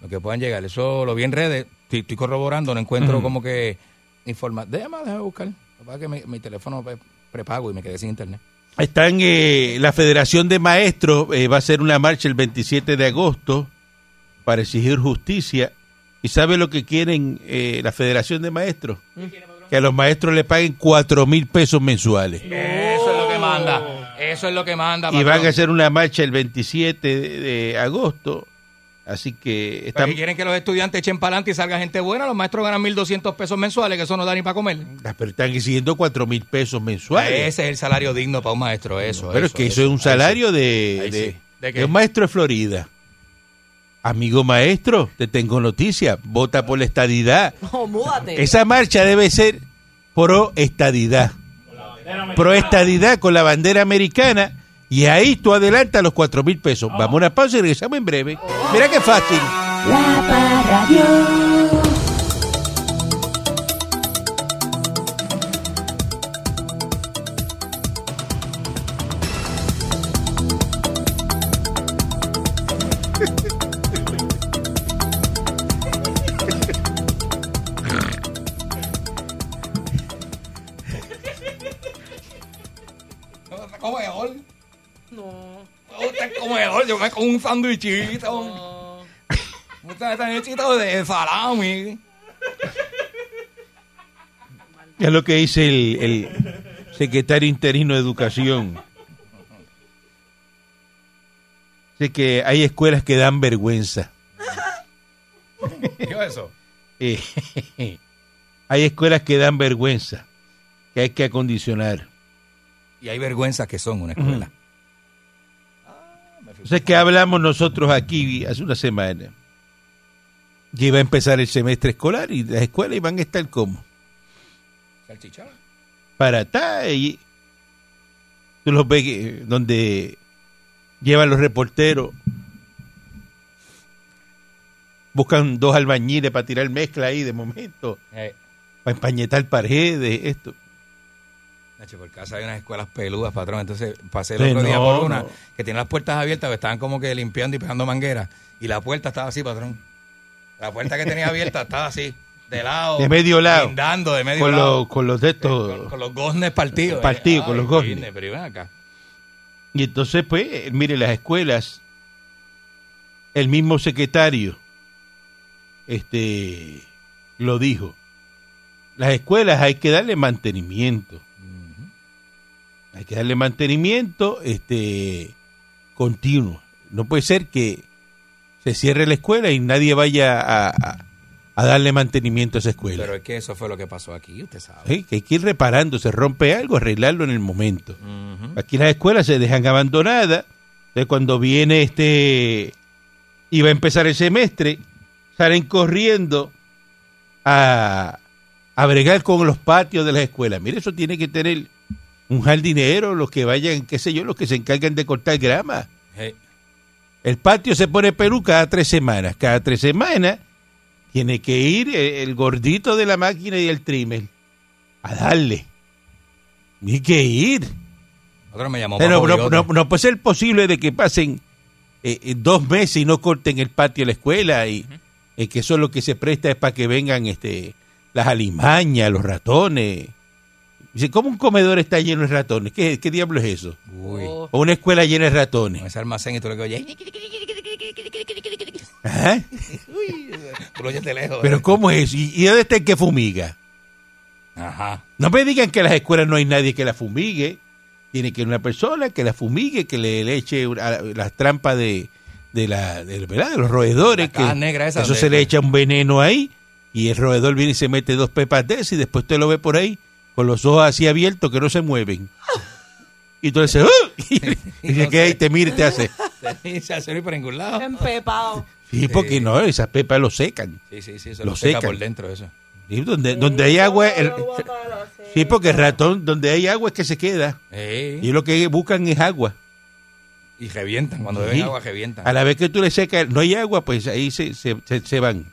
[SPEAKER 5] Los que puedan llegar. Eso lo vi en redes. Estoy, estoy corroborando, no encuentro como que informa. Déjame, déjame buscar. Lo que pasa es que mi, mi teléfono es prepago y me quedé sin internet.
[SPEAKER 3] Están eh, la Federación de Maestros eh, va a hacer una marcha el 27 de agosto para exigir justicia. ¿Y sabe lo que quieren eh, la Federación de Maestros? Que a los maestros le paguen 4 mil pesos mensuales.
[SPEAKER 5] Eso es lo que manda. Eso es lo que manda.
[SPEAKER 3] Oh. Y van a
[SPEAKER 5] patrón.
[SPEAKER 3] hacer una marcha el 27 de, de agosto. Así que
[SPEAKER 5] Pero
[SPEAKER 3] están,
[SPEAKER 5] que quieren que los estudiantes echen para adelante y salga gente buena, los maestros ganan 1.200 pesos mensuales, que eso no da ni para comer.
[SPEAKER 3] ah, pero están exigiendo 4 mil pesos mensuales.
[SPEAKER 5] Ese es el salario digno para un maestro, eso.
[SPEAKER 3] pero es que eso es un
[SPEAKER 5] ahí
[SPEAKER 3] salario
[SPEAKER 5] Ahí
[SPEAKER 3] de,
[SPEAKER 5] sí.
[SPEAKER 3] de-
[SPEAKER 5] ¿De qué?
[SPEAKER 3] de un maestro de Florida. Amigo maestro, te tengo noticia. Vota por la estadidad.
[SPEAKER 4] No, múdate.
[SPEAKER 3] Esa marcha debe ser pro estadidad. Pro estadidad con la bandera americana. Y ahí tú adelantas los 4 mil pesos. Vamos a una pausa y regresamos en breve. Mira qué fácil.
[SPEAKER 6] La Parradio.
[SPEAKER 5] Eso está como mejor.
[SPEAKER 4] No.
[SPEAKER 5] Eso está como mejor. Yo me como un sándwichito. Un sándwichito de salami.
[SPEAKER 3] Es lo que dice el, el secretario interino de Educación. Dice que hay escuelas que dan vergüenza.
[SPEAKER 5] Digo eso.
[SPEAKER 3] Eh, hay escuelas que dan vergüenza, que hay que acondicionar.
[SPEAKER 5] Y hay vergüenzas que son una escuela.
[SPEAKER 3] Entonces, ¿qué hablamos nosotros aquí hace una semana? Ya iba a empezar el semestre escolar y las escuelas iban a estar como
[SPEAKER 5] Salchichón.
[SPEAKER 3] para acá y tú los ves que- donde llevan los reporteros buscan dos albañiles para tirar mezcla ahí de momento
[SPEAKER 5] Eh,
[SPEAKER 3] para empañetar paredes esto
[SPEAKER 5] Nacho, por casa hay unas escuelas peludas, patrón. Entonces pasé el
[SPEAKER 3] Sí,
[SPEAKER 5] otro día
[SPEAKER 3] no,
[SPEAKER 5] por una
[SPEAKER 3] no.
[SPEAKER 5] que tiene las puertas abiertas, que estaban como que limpiando y pegando mangueras. Y la puerta estaba así, patrón. La puerta que tenía abierta estaba así, de lado.
[SPEAKER 3] De medio lado.
[SPEAKER 5] Blindando, de medio
[SPEAKER 3] con
[SPEAKER 5] lado.
[SPEAKER 3] los con los de estos
[SPEAKER 5] Eh, Con, con los goznes partidos.
[SPEAKER 3] Partidos, con los goznes.
[SPEAKER 5] gones Pero ven acá.
[SPEAKER 3] Y entonces, pues, eh, mire, las escuelas, el mismo secretario, este, lo dijo. Las escuelas hay que darle mantenimiento. Hay que darle mantenimiento, este, continuo. No puede ser que se cierre la escuela y nadie vaya a, a- a darle mantenimiento a esa escuela.
[SPEAKER 5] Pero es que eso fue lo que pasó aquí, usted sabe.
[SPEAKER 3] Sí, que hay que ir reparando, se rompe algo, arreglarlo en el momento. Aquí las escuelas se dejan abandonadas. Entonces, cuando viene este. y va a empezar el semestre, salen corriendo a, a bregar con los patios de las escuelas. Mire, eso tiene que tener un jardinero, los que vayan, qué sé yo, los que se encargan de cortar grama.
[SPEAKER 5] Hey,
[SPEAKER 3] El patio se pone Perú cada tres semanas. Cada tres semanas tiene que ir eh, el gordito de la máquina y el trimmer a darle. Ni que ir.
[SPEAKER 5] Otro me llamó
[SPEAKER 3] Pero
[SPEAKER 5] Papo
[SPEAKER 3] no,
[SPEAKER 5] Bigote.
[SPEAKER 3] no- no puede ser posible de que pasen eh, eh, dos meses y no corten el patio de la escuela y eh, que eso lo que se presta es para que vengan este las alimañas, los ratones. Dice, ¿cómo un comedor está lleno de ratones? ¿Qué, qué diablo es eso?
[SPEAKER 5] Uy,
[SPEAKER 4] Oh.
[SPEAKER 3] O una escuela llena de
[SPEAKER 5] con
[SPEAKER 3] ratones.
[SPEAKER 5] ese almacén y tú lo que oyes.
[SPEAKER 3] Ajá.
[SPEAKER 5] Tú lo oyes de lejos.
[SPEAKER 3] ¿Ah? Pero
[SPEAKER 5] eh.
[SPEAKER 3] ¿cómo es? ¿Y, y dónde está el que fumiga?
[SPEAKER 5] Ajá.
[SPEAKER 3] No me digan que en las escuelas no hay nadie que la fumigue. Tiene que ir una persona que la fumigue, que le, le eche una- las trampas de, de, la, de, ¿verdad? de los roedores.
[SPEAKER 5] La caja
[SPEAKER 3] que
[SPEAKER 5] negra esa
[SPEAKER 3] Eso
[SPEAKER 5] de-
[SPEAKER 3] se le echa un veneno ahí y el roedor viene y se mete dos pepas de ese y después te lo ve por ahí con los ojos así abiertos que no se mueven. Y entonces, ¡ah! y, se queda ahí, te mira y te hace.
[SPEAKER 5] Se hace ir por ningún lado.
[SPEAKER 4] Empepado.
[SPEAKER 3] Sí, porque no, esas pepas lo secan.
[SPEAKER 5] Sí, sí, sí. Eso
[SPEAKER 3] Lo
[SPEAKER 5] lo seca
[SPEAKER 3] secan.
[SPEAKER 5] por dentro, eso.
[SPEAKER 3] Sí, donde, donde hay agua, el- sí, porque el ratón, donde hay agua es que se queda.
[SPEAKER 5] Ey,
[SPEAKER 3] Y lo que buscan es agua.
[SPEAKER 5] Y revientan. Cuando
[SPEAKER 3] Sí.
[SPEAKER 5] beben agua, revientan.
[SPEAKER 3] A la vez que tú le secas, no hay agua, pues ahí se, se, se- se van.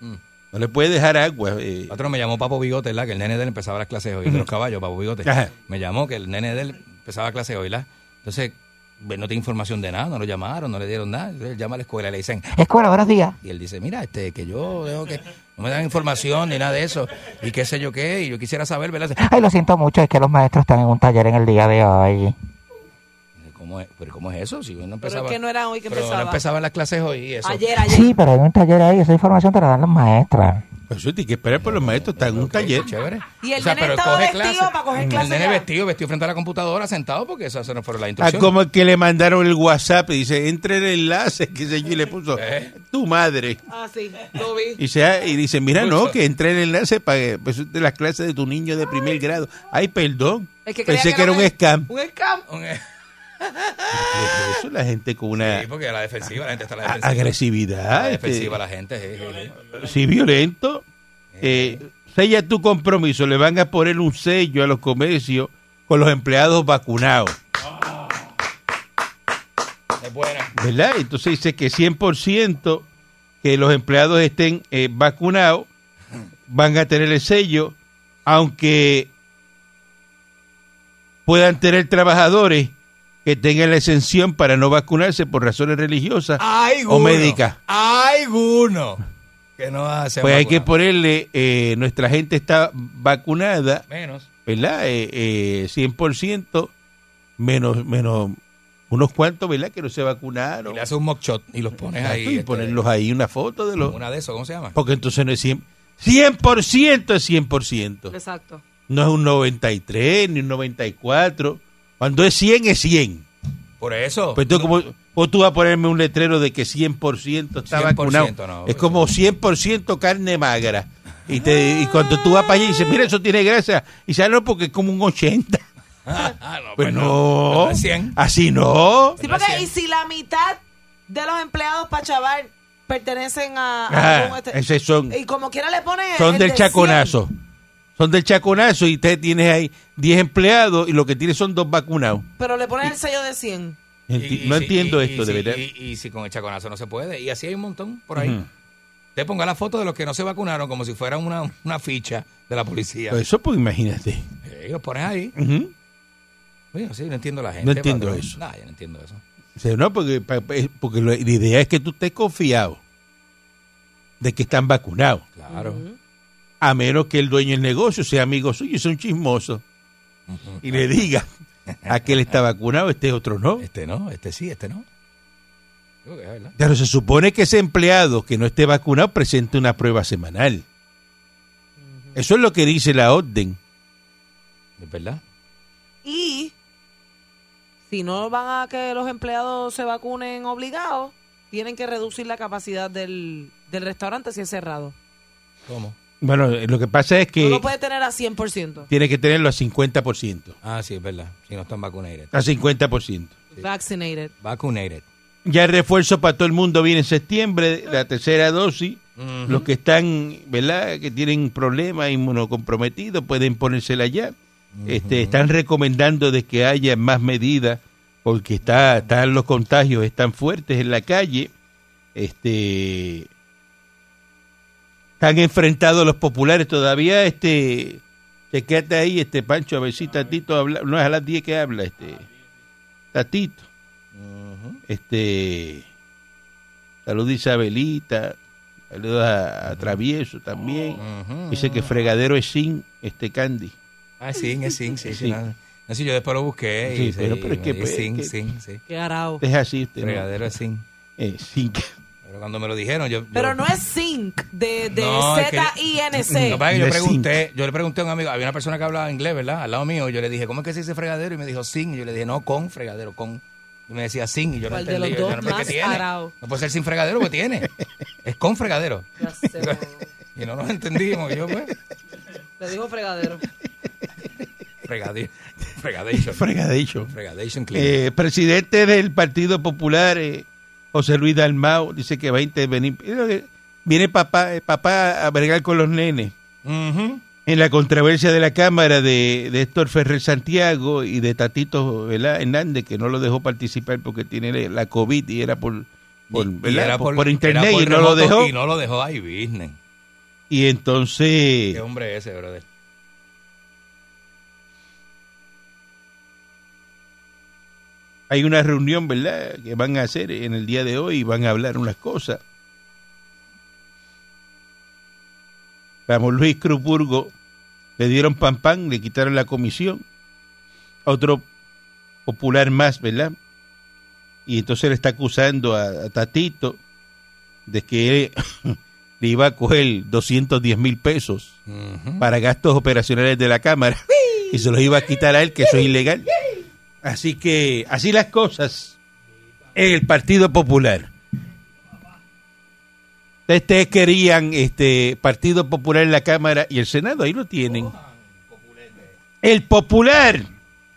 [SPEAKER 5] Mm.
[SPEAKER 3] No le puedes dejar agua. eh.
[SPEAKER 5] Otro me llamó Papo Bigote, ¿verdad? Que el nene de él empezaba las clases hoy, de los caballos, Papo Bigote.
[SPEAKER 3] Ajá.
[SPEAKER 5] Me llamó que el nene de él empezaba clases hoy, ¿verdad? Entonces, pues, no tiene información de nada, no lo llamaron, no le dieron nada. Entonces, él llama a la escuela y le dicen,
[SPEAKER 7] Escuela, buenos días.
[SPEAKER 5] y él dice, mira, este, que yo tengo que, no me dan información ni nada de eso, y qué sé yo qué, y yo quisiera saber, ¿verdad?
[SPEAKER 7] Ay, lo siento mucho, es que los maestros están en un taller en el día de hoy.
[SPEAKER 5] ¿Cómo es, pero ¿cómo es eso? Si no
[SPEAKER 4] Pero
[SPEAKER 5] empezaba,
[SPEAKER 4] es que no era hoy que
[SPEAKER 5] pero no
[SPEAKER 4] empezaba.
[SPEAKER 5] empezaban las clases hoy y eso.
[SPEAKER 4] Ayer, ayer.
[SPEAKER 7] Sí, pero hay un taller ahí, esa información te la dan los maestros.
[SPEAKER 3] Pues eso tiene que esperar por los maestros, está en un
[SPEAKER 5] Ok,
[SPEAKER 3] taller.
[SPEAKER 5] Chévere.
[SPEAKER 4] Y el nene estaba vestido para coger clase
[SPEAKER 5] El nene
[SPEAKER 4] ya.
[SPEAKER 5] vestido, vestido frente a la computadora, sentado, porque esas no fueron las
[SPEAKER 3] Ah,
[SPEAKER 5] instrucciones.
[SPEAKER 3] como el que le mandaron el WhatsApp y dice, entre el enlace, que sé yo, y le puso,
[SPEAKER 5] Eh.
[SPEAKER 3] tu madre.
[SPEAKER 4] Ah, sí, lo vi.
[SPEAKER 3] Y, sea, y dice, mira, no,
[SPEAKER 5] Puso.
[SPEAKER 3] que entré el enlace para que pues, de las clases de tu niño de primer grado. Ay, perdón.
[SPEAKER 4] Es que creía
[SPEAKER 3] Pensé que era un scam.
[SPEAKER 4] Un scam.
[SPEAKER 3] Por Eso la gente con una
[SPEAKER 5] Sí, porque la defensiva, la gente está a la
[SPEAKER 3] Eh, a-
[SPEAKER 5] defensiva. A
[SPEAKER 3] agresividad.
[SPEAKER 5] la
[SPEAKER 3] este,
[SPEAKER 5] defensiva, la gente. sí, sí, sí.
[SPEAKER 3] sí, violento. Eh, sella tu compromiso. Le van a poner un sello a los comercios con los empleados vacunados.
[SPEAKER 5] Es buena.
[SPEAKER 3] ¿Verdad? Entonces dice que 100% que los empleados estén eh, vacunados van a tener el sello, aunque puedan tener trabajadores que tengan la exención para no vacunarse por razones religiosas
[SPEAKER 5] Hay
[SPEAKER 3] o médicas.
[SPEAKER 5] Hay uno que no hace.
[SPEAKER 3] Pues hay que ponerle, eh, nuestra gente está vacunada,
[SPEAKER 5] Menos.
[SPEAKER 3] ¿verdad? Eh, eh, 100%, menos, menos unos cuantos, ¿verdad? Que no se
[SPEAKER 5] Y
[SPEAKER 3] vacunaron.
[SPEAKER 5] le hace un mock shot y los pones
[SPEAKER 3] Exacto,
[SPEAKER 5] ahí.
[SPEAKER 3] y
[SPEAKER 5] este,
[SPEAKER 3] ponerlos ahí, una foto de los...
[SPEAKER 5] Una de esos, ¿cómo se llama?
[SPEAKER 3] Porque entonces no es 100%, 100% es 100%.
[SPEAKER 4] Exacto.
[SPEAKER 3] No es un 93, ni un 94. Cuando es 100, es 100.
[SPEAKER 5] Por eso.
[SPEAKER 3] Pues entonces, como, o tú vas a ponerme un letrero de que 100% está
[SPEAKER 5] 100%
[SPEAKER 3] vacunado.
[SPEAKER 5] no,
[SPEAKER 3] es
[SPEAKER 5] pues,
[SPEAKER 3] como 100% carne magra. Y, te, y cuando tú vas para allá y dices, mira, eso tiene grasa. Y sale, no, porque es como un 80.
[SPEAKER 5] Ah, no,
[SPEAKER 3] Pues
[SPEAKER 5] pues
[SPEAKER 3] no. Ah,
[SPEAKER 5] no es 100.
[SPEAKER 3] Así no.
[SPEAKER 4] Sí,
[SPEAKER 5] Gracias.
[SPEAKER 4] porque, y si la mitad de los empleados para chaval pertenecen a. a algún
[SPEAKER 3] Ah,
[SPEAKER 4] este-
[SPEAKER 3] esos son,
[SPEAKER 4] y como quiera le ponen. el-
[SPEAKER 3] son
[SPEAKER 4] el
[SPEAKER 3] del
[SPEAKER 4] de
[SPEAKER 3] chaconazo. Son del chaconazo y usted tiene ahí 10 empleados y lo que tiene son dos vacunados.
[SPEAKER 4] 100, pero le ponen el sello de 100.
[SPEAKER 3] Enti-
[SPEAKER 5] Y- y
[SPEAKER 3] no
[SPEAKER 5] si-
[SPEAKER 3] entiendo
[SPEAKER 5] y-
[SPEAKER 3] esto,
[SPEAKER 5] y
[SPEAKER 3] de
[SPEAKER 5] si-
[SPEAKER 3] verdad.
[SPEAKER 5] Y, y si con el chaconazo no se puede. Y así hay un montón por ahí.
[SPEAKER 3] Ujú.
[SPEAKER 5] Te ponga la foto de los que no se vacunaron como si fuera una, una ficha de la policía.
[SPEAKER 3] Pero Eso, pues imagínate.
[SPEAKER 5] Eh, los pones ahí.
[SPEAKER 3] Ujú.
[SPEAKER 5] Oye, sí, no entiendo la gente.
[SPEAKER 3] No entiendo
[SPEAKER 5] patrón.
[SPEAKER 3] eso.
[SPEAKER 5] No, yo no entiendo eso.
[SPEAKER 3] O sea, no, porque, pa- pa- porque lo- la idea es que tú estés confiado de que están vacunados,
[SPEAKER 5] Claro.
[SPEAKER 3] a menos que el dueño del negocio sea amigo suyo y sea un chismoso y le diga a que él está vacunado, este otro no.
[SPEAKER 5] Este no, este sí, este no. Digo que es verdad.
[SPEAKER 3] Claro, se supone que ese empleado que no esté vacunado presente una prueba semanal. Eso es lo que dice la orden.
[SPEAKER 5] Es verdad.
[SPEAKER 4] Y si no van a que los empleados se vacunen obligados, tienen que reducir la capacidad del, del restaurante si es cerrado.
[SPEAKER 5] ¿Cómo?
[SPEAKER 3] Bueno, eh, lo que pasa es
[SPEAKER 4] No
[SPEAKER 3] que
[SPEAKER 4] lo puede tener a 100%.
[SPEAKER 3] tiene que tenerlo a 50%.
[SPEAKER 5] Ah, sí, es verdad. Si no están vacunated.
[SPEAKER 3] A 50%.
[SPEAKER 4] Vaccinated.
[SPEAKER 5] Vacunated.
[SPEAKER 3] Ya el refuerzo para todo el mundo viene en septiembre, la tercera dosis. Los que están, ¿verdad? Que tienen problemas inmunocomprometidos pueden ponérsela ya. Este, están recomendando de que haya más medidas porque está, están los contagios están fuertes en la calle. Este, están enfrentados los populares todavía. Este, chequete ahí, este Pancho, a ver si Tatito habla. No es a las 10 que habla, este. Tatito este saludos a Isabelita saludos a, a Travieso también
[SPEAKER 5] Ujú.
[SPEAKER 3] dice que fregadero es sin este Candy
[SPEAKER 5] Ah, sí, es sí, sí.
[SPEAKER 3] Sí.
[SPEAKER 5] sí. No, no, sí, yo después lo busqué. y
[SPEAKER 3] Sí, pero- pero es que-
[SPEAKER 5] y sin,
[SPEAKER 3] es que-
[SPEAKER 5] sin, sí.
[SPEAKER 4] Qué arao.
[SPEAKER 3] es así usted ¿no?
[SPEAKER 5] Fregadero es sin.
[SPEAKER 3] Eh, sin que-
[SPEAKER 5] Pero cuando me lo dijeron, yo. yo-
[SPEAKER 4] Pero no es zinc de, de
[SPEAKER 5] No, es que-
[SPEAKER 4] Z-I-N-C.
[SPEAKER 5] Lo que pasa es que
[SPEAKER 3] No
[SPEAKER 5] yo
[SPEAKER 3] es
[SPEAKER 5] pregunté, yo le pregunté a un amigo, había una persona que hablaba inglés, ¿verdad? Al lado mío, y yo le dije, ¿cómo es que se dice fregadero? Y me dijo sin, y yo le dije, no, con fregadero, con. Y me decía sin, y yo no
[SPEAKER 4] ¿Cuál de
[SPEAKER 5] entendí.
[SPEAKER 4] los
[SPEAKER 5] yo,
[SPEAKER 4] dos
[SPEAKER 5] no, pero ¿qué
[SPEAKER 4] más
[SPEAKER 5] tiene?
[SPEAKER 4] arao?
[SPEAKER 5] No puede ser sin fregadero, que tiene? Es con fregadero.
[SPEAKER 4] Ya se lo-
[SPEAKER 5] Y no nos entendimos, y yo pues,
[SPEAKER 4] Le dijo fregadero.
[SPEAKER 5] fregadero, fregadation,
[SPEAKER 3] fregadillo
[SPEAKER 5] fregadation clean.
[SPEAKER 3] Eh, presidente del Partido Popular eh, José Luis Dalmau dice que va a intervenir Eh, viene papá eh, papá a vergar con los nenes
[SPEAKER 5] Ujú.
[SPEAKER 3] en la controversia de la Cámara de, de Héctor Ferrer Santiago y de Tatito ¿verdad? Hernández, que no lo dejó participar porque tiene la COVID y era por, por,
[SPEAKER 5] Y- y
[SPEAKER 3] ¿verdad?
[SPEAKER 5] era
[SPEAKER 3] por, por internet
[SPEAKER 5] era por
[SPEAKER 3] y no lo
[SPEAKER 5] remoto,
[SPEAKER 3] dejó.
[SPEAKER 5] Y no lo dejó ahí, business.
[SPEAKER 3] Y
[SPEAKER 5] Qué
[SPEAKER 3] entonces
[SPEAKER 5] hombre ese, brother.
[SPEAKER 3] hay una reunión, ¿verdad?, que van a hacer en el día de hoy y van a hablar unas cosas. Ramón Luis Cruz Burgo le dieron pan pan, le quitaron la comisión. A Otro popular más, ¿verdad? Y entonces le está acusando a, a Tatito de que le iba a coger 210 mil pesos para gastos operacionales de la Cámara y se los iba a quitar a él, que eso es ilegal. Así que, así las cosas en el Partido Popular. Ustedes querían este Partido Popular en la Cámara y el Senado, ahí lo tienen. El popular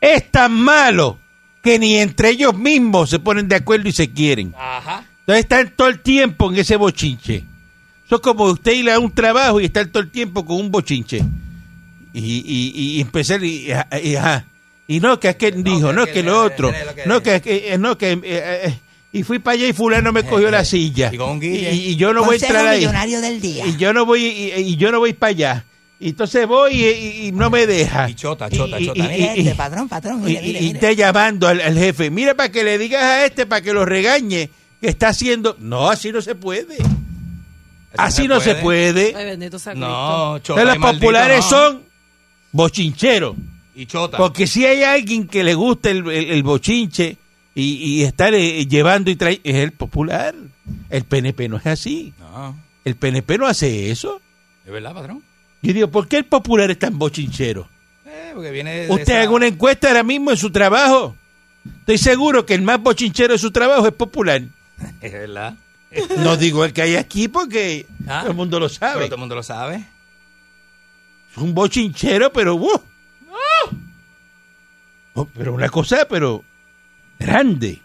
[SPEAKER 3] es tan malo que ni entre ellos mismos se ponen de acuerdo y se quieren.
[SPEAKER 5] Ajá.
[SPEAKER 3] Entonces están todo el tiempo en ese bochinche. Eso es como usted ir a un trabajo y estar todo el tiempo con un bochinche. Y, y- y empezar y, y- ajá. Y no, que aquel dijo, no,
[SPEAKER 5] que
[SPEAKER 3] que
[SPEAKER 5] le-
[SPEAKER 3] lo
[SPEAKER 5] le-
[SPEAKER 3] otro,
[SPEAKER 5] le- lo que-
[SPEAKER 3] no, que, que- eh, no, que eh, eh, y fui para allá y fulano me cogió la silla.
[SPEAKER 5] Eh, Y con un guille.
[SPEAKER 3] Y- y yo no voy a entrar ahí.
[SPEAKER 8] del día.
[SPEAKER 3] Y yo no voy y, y yo no voy para allá. Y entonces voy y, y- y no me deja.
[SPEAKER 5] Y chota, chota,
[SPEAKER 3] Ah. Y- y-
[SPEAKER 5] chota.
[SPEAKER 3] y-
[SPEAKER 5] Mire
[SPEAKER 3] y-
[SPEAKER 8] patrón, patrón.
[SPEAKER 3] y, y- y está llamando al, al jefe, mira para que le digas a este, para que lo regañe, que está haciendo... No, así no se puede. Así no se puede.
[SPEAKER 4] Ay, bendito sea Cristo.
[SPEAKER 5] No, chota.
[SPEAKER 3] Entonces, los
[SPEAKER 5] y maldito,
[SPEAKER 3] populares
[SPEAKER 5] no.
[SPEAKER 3] son bochincheros.
[SPEAKER 5] Y chota.
[SPEAKER 3] Porque si hay alguien que le gusta el, el- el bochinche y, y estar eh, llevando y trayendo, es el popular. El PNP no es así.
[SPEAKER 5] No,
[SPEAKER 3] El PNP no hace eso.
[SPEAKER 5] es verdad, patrón.
[SPEAKER 3] Yo digo, ¿por qué el popular es tan bochinchero?
[SPEAKER 5] Eh, porque viene de
[SPEAKER 3] Usted
[SPEAKER 5] esa-
[SPEAKER 3] haga una encuesta ahora mismo en su trabajo. Estoy seguro que el más bochinchero de su trabajo es popular.
[SPEAKER 5] Es verdad.
[SPEAKER 3] No digo el que hay aquí porque
[SPEAKER 5] Ah.
[SPEAKER 3] todo el mundo lo
[SPEAKER 5] Pero
[SPEAKER 3] sabe.
[SPEAKER 5] todo el mundo lo sabe.
[SPEAKER 3] Es un bochinchero, pero... ¡uh! Oh, pero una cosa, pero grande.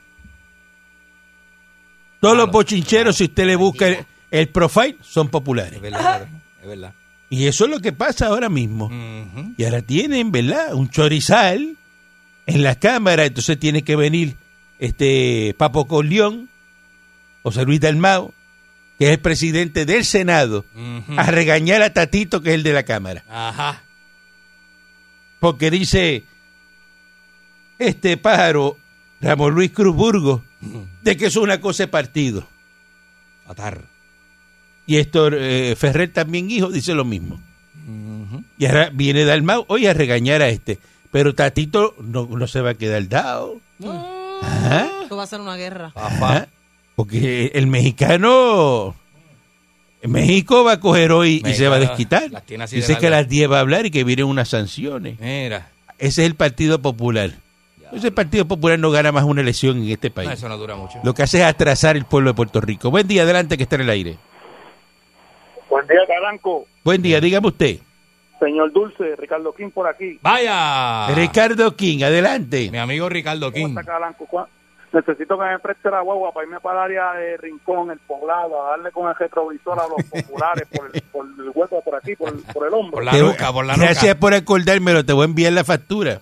[SPEAKER 3] Todos
[SPEAKER 5] Claro.
[SPEAKER 3] los bochincheros, si usted le busca el, el profile, son populares.
[SPEAKER 5] Es verdad, patrón. Es verdad.
[SPEAKER 3] Y eso es lo que pasa ahora mismo.
[SPEAKER 5] Mm. Ujú.
[SPEAKER 3] Y ahora tienen, ¿verdad? Un chorizal en la cámara, entonces tiene que venir este Papo Corleón, José Luis Dalmao, que es el presidente del Senado,
[SPEAKER 5] Ujú.
[SPEAKER 3] a regañar a Tatito, que es el de la cámara.
[SPEAKER 5] Ajá.
[SPEAKER 3] Porque dice este pájaro, Ramón Luis Cruz Burgos, de que eso es una cosa de partido.
[SPEAKER 5] Fatar.
[SPEAKER 3] Y Héctor eh, Ferrer también, hijo, dice lo mismo. Y ahora viene Dalmau hoy a regañar a este. Pero Tatito no, no se va a quedar dado. Ajá,
[SPEAKER 4] Esto va a ser una guerra.
[SPEAKER 3] ajá. Porque el mexicano. México va a coger hoy y
[SPEAKER 5] México
[SPEAKER 3] se va a
[SPEAKER 5] las-
[SPEAKER 3] desquitar.
[SPEAKER 5] las tiene así de
[SPEAKER 3] Dice que a
[SPEAKER 5] largas.
[SPEAKER 3] las 10 va a hablar y que vienen unas sanciones.
[SPEAKER 5] Mira.
[SPEAKER 3] Ese es el Partido Popular. Entonces el Partido Popular no gana más una elección en este
[SPEAKER 5] No,
[SPEAKER 3] país.
[SPEAKER 5] eso no dura mucho.
[SPEAKER 3] Lo que hace es atrasar el pueblo de Puerto Rico. Buen día, adelante que está en el aire.
[SPEAKER 9] Buen día, Calanco.
[SPEAKER 3] Buen día, dígame usted.
[SPEAKER 9] Señor Dulce, Ricardo King por aquí.
[SPEAKER 5] Vaya.
[SPEAKER 3] Ricardo King, adelante.
[SPEAKER 5] Mi amigo Ricardo
[SPEAKER 9] ¿Cómo
[SPEAKER 5] King.
[SPEAKER 9] está Calanco? ¿Cuá- Necesito que me preste la guagua para irme para el área de Rincón, el poblado, a darle con el retrovisor a los populares por el, por el hueco por aquí, por, el- por el hombro.
[SPEAKER 5] Por la
[SPEAKER 3] Te-
[SPEAKER 5] nuca, por la nuca.
[SPEAKER 3] Gracias por acordármelo, te voy a enviar la factura.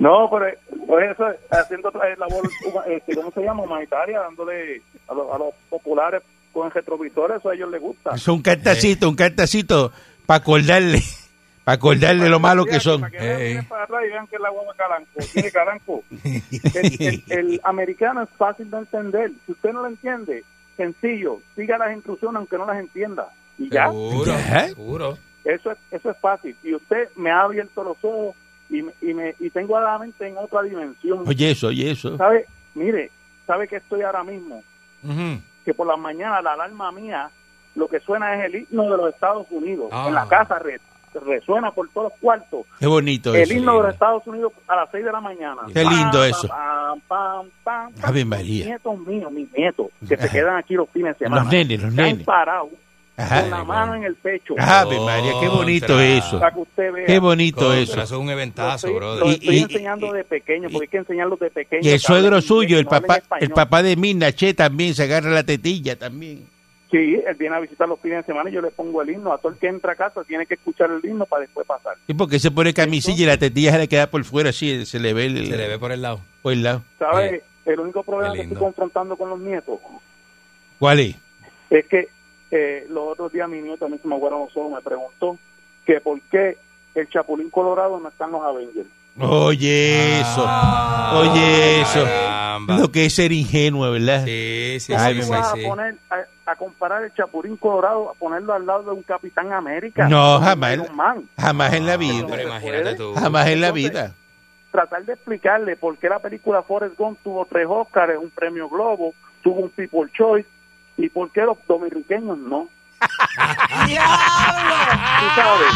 [SPEAKER 9] No, pero eh, pues eso, es haciendo otra vez labor, huma- este, ¿cómo se llama? Humanitaria, dándole a, los- a los populares con el retrovisor, eso a ellos les gusta.
[SPEAKER 3] Es un cartacito, un cartacito para acordarle, para acordarle lo malo que son.
[SPEAKER 9] Para que vean,
[SPEAKER 5] Ey.
[SPEAKER 9] miren para atrás y vean que es la guagua Calanco. Mire, Calanco, el, el- el americano es fácil de entender. Si usted no lo entiende, sencillo, siga las instrucciones aunque no las entienda. Y ya,
[SPEAKER 5] Seguro,
[SPEAKER 3] Ya.
[SPEAKER 5] seguro.
[SPEAKER 9] eso es, eso es fácil. Y usted me ha abierto los ojos y, me- y, me, y tengo a la mente en otra dimensión.
[SPEAKER 3] Oye eso, oye eso.
[SPEAKER 9] ¿Sabe? Mire, ¿sabe que estoy ahora mismo?
[SPEAKER 5] Ujú.
[SPEAKER 9] que por la mañana la alarma mía lo que suena es el himno de los Estados Unidos.
[SPEAKER 5] Ah.
[SPEAKER 9] En la casa re- resuena por todos los cuartos
[SPEAKER 3] Qué bonito
[SPEAKER 9] el
[SPEAKER 3] eso.
[SPEAKER 9] himno de los Estados Unidos a las 6 de la mañana.
[SPEAKER 3] Qué
[SPEAKER 9] Pam,
[SPEAKER 3] lindo
[SPEAKER 9] pam,
[SPEAKER 3] eso.
[SPEAKER 9] pam, pam, pam, pam.
[SPEAKER 3] Ave María.
[SPEAKER 9] Mis nietos míos, mis nietos, que se quedan aquí los fines de semana.
[SPEAKER 3] Los nenes, los
[SPEAKER 9] están
[SPEAKER 3] nenes.
[SPEAKER 9] parados con
[SPEAKER 3] Ajá.
[SPEAKER 9] la mano en el pecho.
[SPEAKER 3] Ave María, qué bonito eso.
[SPEAKER 9] Para que usted vea.
[SPEAKER 3] Qué bonito
[SPEAKER 5] Contra,
[SPEAKER 3] eso.
[SPEAKER 5] es un
[SPEAKER 9] Lo
[SPEAKER 5] eventazo,
[SPEAKER 9] estoy,
[SPEAKER 5] brother.
[SPEAKER 9] lo
[SPEAKER 3] Y-
[SPEAKER 9] estoy
[SPEAKER 3] y-
[SPEAKER 9] enseñando de pequeño, porque hay que enseñarlos de pequeño.
[SPEAKER 3] Y el
[SPEAKER 9] que hablen
[SPEAKER 3] suegro
[SPEAKER 9] inglés,
[SPEAKER 3] suyo, el
[SPEAKER 9] no hablen
[SPEAKER 3] papá, el
[SPEAKER 9] español.
[SPEAKER 3] papá de Mina, Che, también se agarra la tetilla también.
[SPEAKER 9] Sí, él viene a visitar los fines de semana y yo le pongo el himno. A todo el que entra a casa tiene que escuchar el himno para después pasar.
[SPEAKER 3] Sí, porque se pone camisilla y la tetilla se le queda por fuera así, se le ve el,
[SPEAKER 5] Se le ve por el lado.
[SPEAKER 3] por el lado.
[SPEAKER 9] ¿Sabes?
[SPEAKER 5] Eh,
[SPEAKER 9] el único problema
[SPEAKER 5] qué
[SPEAKER 9] que estoy
[SPEAKER 5] lindo.
[SPEAKER 9] confrontando con los nietos
[SPEAKER 3] ¿Cuál es?
[SPEAKER 9] es que eh, los otros días mi nieto, a mí se me aguaron los ojos, me preguntó que por qué el Chapulín Colorado no están los Avengers.
[SPEAKER 3] Oye, eso.
[SPEAKER 5] Ah,
[SPEAKER 3] Oye, eso.
[SPEAKER 10] Ah, caramba.
[SPEAKER 3] Lo que es ser ingenuo, ¿verdad?
[SPEAKER 10] Sí, sí,
[SPEAKER 3] Ay,
[SPEAKER 10] sí,
[SPEAKER 3] me
[SPEAKER 10] sí,
[SPEAKER 8] Tú vas a,
[SPEAKER 10] sí.
[SPEAKER 8] poner, a, a comparar el Chapulín Colorado, a ponerlo al lado de un Capitán América.
[SPEAKER 3] No,
[SPEAKER 8] Un
[SPEAKER 3] jamás.
[SPEAKER 8] Iron Man.
[SPEAKER 3] Jamás
[SPEAKER 5] Ah,
[SPEAKER 3] en la
[SPEAKER 10] Hombre,
[SPEAKER 3] vida.
[SPEAKER 10] imagínate tú.
[SPEAKER 3] Jamás en la
[SPEAKER 8] Entonces,
[SPEAKER 3] vida.
[SPEAKER 8] Tratar de explicarle por qué la película Forrest Gump tuvo tres Óscares, un premio Globo, tuvo un People Choice, y por qué los dominicanos no.
[SPEAKER 4] ¡Diablo!
[SPEAKER 8] Tú sabes,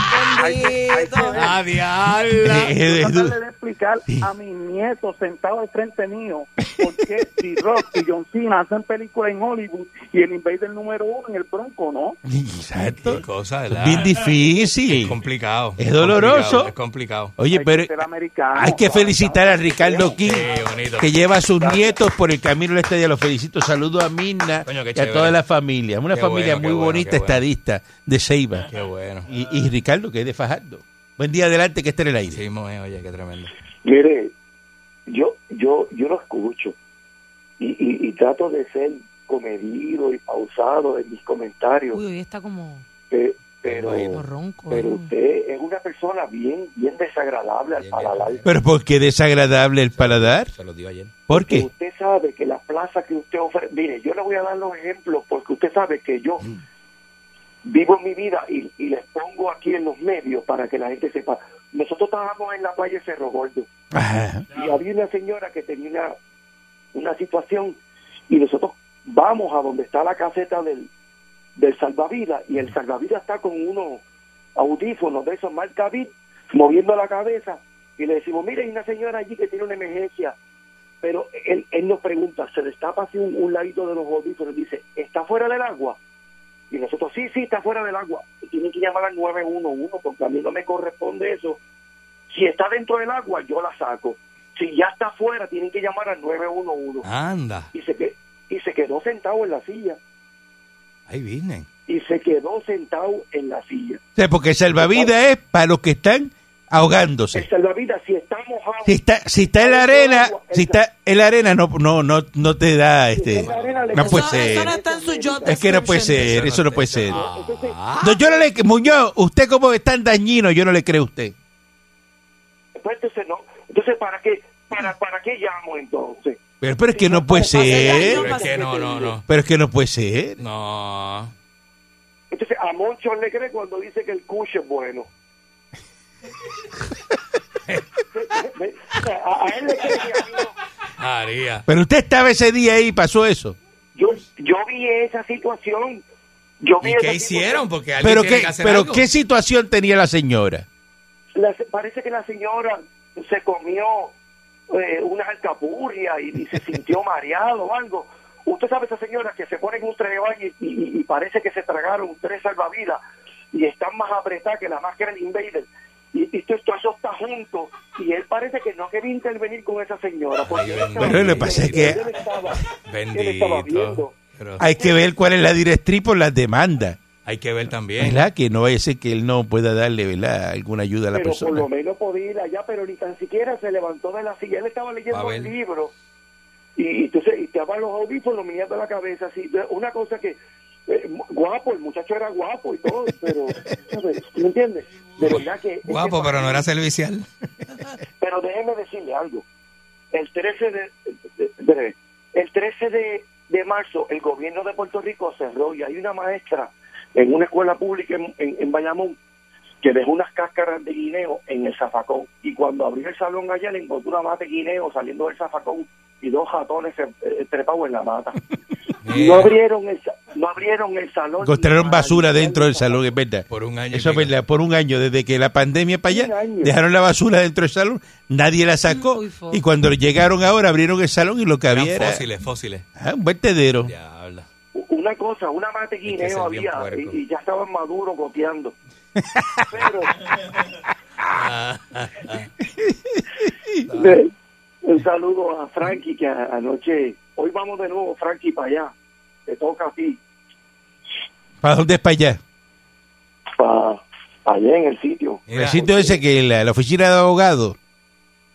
[SPEAKER 8] hay que- hay que ver.
[SPEAKER 5] ¡Ah, diabla!
[SPEAKER 3] Es- es-
[SPEAKER 8] Yo
[SPEAKER 3] es-
[SPEAKER 8] tratarle de explicar a mis nietos sentados al frente mío por qué D-Rock y John Cena hacen películas en Hollywood y el Invader número uno en el Bronco, ¿no?
[SPEAKER 3] Exacto.
[SPEAKER 10] Qué cosa,
[SPEAKER 3] Es
[SPEAKER 10] ¿verdad?
[SPEAKER 3] bien
[SPEAKER 10] Es
[SPEAKER 3] difícil.
[SPEAKER 10] complicado.
[SPEAKER 3] Es doloroso.
[SPEAKER 10] Es complicado.
[SPEAKER 3] Oye,
[SPEAKER 8] Hay
[SPEAKER 3] pero
[SPEAKER 8] que ser americano.
[SPEAKER 3] hay que felicitar a Ricardo King,
[SPEAKER 10] Qué bonito.
[SPEAKER 3] que lleva a sus nietos por el camino del estadio. Los felicito. Saludo a Mirna
[SPEAKER 10] Coño, qué
[SPEAKER 3] y a
[SPEAKER 10] chévere.
[SPEAKER 3] toda la familia. Una
[SPEAKER 10] Qué
[SPEAKER 3] familia
[SPEAKER 10] bueno,
[SPEAKER 3] muy
[SPEAKER 10] qué bueno, qué
[SPEAKER 3] bonita,
[SPEAKER 10] bueno. Ah.
[SPEAKER 3] estadista, de Ceiba.
[SPEAKER 10] Qué bueno.
[SPEAKER 3] Y, y Ricardo, que es de Fajardo. Buen día adelante, que esté en el aire.
[SPEAKER 10] Sí, moe, oye, qué tremendo.
[SPEAKER 9] Mire, yo, yo, yo lo escucho y, y- y trato de ser comedido y pausado en mis comentarios,
[SPEAKER 4] Uy, hoy está como,
[SPEAKER 9] pe-
[SPEAKER 4] como
[SPEAKER 9] pero,
[SPEAKER 4] ronco.
[SPEAKER 9] pero
[SPEAKER 4] ¿eh?
[SPEAKER 9] usted es una persona bien, bien desagradable al
[SPEAKER 10] Bien
[SPEAKER 9] paladar.
[SPEAKER 10] desagradable.
[SPEAKER 3] Pero porque desagradable el paladar?
[SPEAKER 10] Se los dio ayer.
[SPEAKER 3] ¿Por qué?
[SPEAKER 9] Usted sabe que la plaza que usted ofrece, mire, yo le voy a dar los ejemplos porque usted sabe que yo
[SPEAKER 3] Mm.
[SPEAKER 9] vivo mi vida y, y les pongo aquí en los medios para que la gente sepa. Nosotros trabajamos en la calle Cerro Gordo.
[SPEAKER 3] Ajá.
[SPEAKER 9] y había una señora que tenía una, una situación y nosotros vamos a donde está la caseta del, del salvavidas y el salvavidas está con unos audífonos de esos marca Beat, moviendo la cabeza y le decimos, mire, hay una señora allí que tiene una emergencia. Pero él, él nos pregunta, se destapa así un, un ladito de los audífonos y dice, ¿está fuera del agua? Y nosotros, sí, sí, está fuera del agua. Y tienen que llamar al 911 porque a mí no me corresponde eso. Si está dentro del agua, yo la saco. Si ya está afuera, tienen que llamar al 911.
[SPEAKER 5] Ah.
[SPEAKER 10] Anda.
[SPEAKER 9] Y, se que, y se quedó sentado en la silla.
[SPEAKER 10] Ay, Virgen.
[SPEAKER 9] Y se quedó sentado en la silla.
[SPEAKER 3] O sea, porque salvavidas es para los que están ahogándose.
[SPEAKER 9] El salvavidas, si está mojado,
[SPEAKER 3] Si está, si está en la arena, si está en la arena no, no, no, no te da
[SPEAKER 9] si está
[SPEAKER 3] este.
[SPEAKER 9] en la arena, le
[SPEAKER 3] No
[SPEAKER 9] cae-
[SPEAKER 3] puede
[SPEAKER 4] eso, eso no
[SPEAKER 3] ser.
[SPEAKER 4] está en su job
[SPEAKER 3] Es que no puede
[SPEAKER 4] description.
[SPEAKER 3] ser, eso no puede ser.
[SPEAKER 10] Ah.
[SPEAKER 9] Entonces,
[SPEAKER 3] No, yo no le Muñoz, usted como es tan dañino, yo no le creo a usted.
[SPEAKER 9] pues, entonces, no. entonces ¿para qué? ¿Para,
[SPEAKER 10] Mm.
[SPEAKER 9] ¿Para qué llamo entonces?
[SPEAKER 3] Pero, pero es que no puede
[SPEAKER 10] Pero
[SPEAKER 3] ser.
[SPEAKER 10] es que no, no, no.
[SPEAKER 3] Pero es que no puede ser.
[SPEAKER 10] No.
[SPEAKER 9] Entonces, a Moncho le cree cuando dice que el cuche es bueno. a, a él le cree que a mí no.
[SPEAKER 10] Haría.
[SPEAKER 3] Pero usted estaba ese día ahí y pasó eso.
[SPEAKER 9] Yo, yo vi esa situación. Yo vi
[SPEAKER 10] ¿Y
[SPEAKER 9] esa
[SPEAKER 10] qué
[SPEAKER 9] situación.
[SPEAKER 10] hicieron? Porque alguien
[SPEAKER 3] Pero
[SPEAKER 10] tiene
[SPEAKER 3] qué,
[SPEAKER 10] que hacer
[SPEAKER 3] pero
[SPEAKER 10] algo.
[SPEAKER 3] qué situación tenía la señora.
[SPEAKER 9] La se- parece que la señora se comió eh, una alcapurria y, y se sintió mareado o algo. Usted sabe esa señora que se pone en un traje de baño y, y- y parece que se tragaron tres salvavidas y están más apretadas que la máscara del Invader. Y, y todo, esto- eso está junto y él parece que no quería intervenir con esa señora. Pues Porque él estaba-
[SPEAKER 3] Bueno, lo que pasa es que-
[SPEAKER 9] él estaba- él estaba viendo.
[SPEAKER 10] Bendito. Pero
[SPEAKER 3] Hay que ver cuál es la directriz por las demandas.
[SPEAKER 10] hay que ver también.
[SPEAKER 3] ¿Verdad? Que no vaya a ser que él no pueda darle ¿verdad? alguna ayuda a la
[SPEAKER 9] pero por
[SPEAKER 3] persona.
[SPEAKER 9] lo menos podía ir allá, pero ni tan siquiera se levantó de la silla. Él estaba
[SPEAKER 10] A
[SPEAKER 9] leyendo
[SPEAKER 10] ver.
[SPEAKER 9] un libro y, y entonces y estaban los audífonos mirando la cabeza. Así, una cosa que, eh, guapo, el muchacho era guapo y todo, pero, ¿sabes? ¿me entiendes? De verdad que.
[SPEAKER 10] Guapo, pero no era servicial.
[SPEAKER 9] Pero déjeme decirle algo. El 13 de, de- de- el 13 de, de marzo, el gobierno de Puerto Rico cerró y hay una maestra en una escuela pública en, en, en Bayamón que dejó unas cáscaras de guineo en el zafacón. Y cuando abrió el salón allá, le encontró una mata de guineo saliendo del zafacón y dos ratones eh, trepados en la mata. No
[SPEAKER 10] Mira,
[SPEAKER 9] abrieron el, sa- no abrieron el salón.
[SPEAKER 3] Encontraron
[SPEAKER 9] para
[SPEAKER 3] basura
[SPEAKER 9] limpiar
[SPEAKER 3] dentro
[SPEAKER 9] el
[SPEAKER 3] del salón, es verdad.
[SPEAKER 10] Por un año. y
[SPEAKER 3] Eso es
[SPEAKER 10] pico.
[SPEAKER 3] verdad, por un año, desde que la pandemia para
[SPEAKER 9] Un
[SPEAKER 3] allá,
[SPEAKER 9] año.
[SPEAKER 3] dejaron la basura dentro del salón, nadie la sacó.
[SPEAKER 4] Uy, fo.
[SPEAKER 3] Y cuando llegaron ahora, abrieron el salón y lo que
[SPEAKER 10] Eran
[SPEAKER 3] había era
[SPEAKER 10] fósiles, fósiles.
[SPEAKER 3] ah, un buen tedero.
[SPEAKER 10] Diabla.
[SPEAKER 9] una cosa, una mate
[SPEAKER 10] Hay que
[SPEAKER 9] guineo
[SPEAKER 10] ser bien
[SPEAKER 9] había
[SPEAKER 10] puerco.
[SPEAKER 9] y, y ya estaban maduros goteando. Pero,
[SPEAKER 10] Ah.
[SPEAKER 9] de- un saludo a Frankie que a- anoche, hoy vamos de nuevo Frankie para allá, te toca a ti,
[SPEAKER 3] ¿Para dónde es para allá?
[SPEAKER 9] para allá en el sitio,
[SPEAKER 10] Mira,
[SPEAKER 3] el sitio ese que la, la oficina de abogados.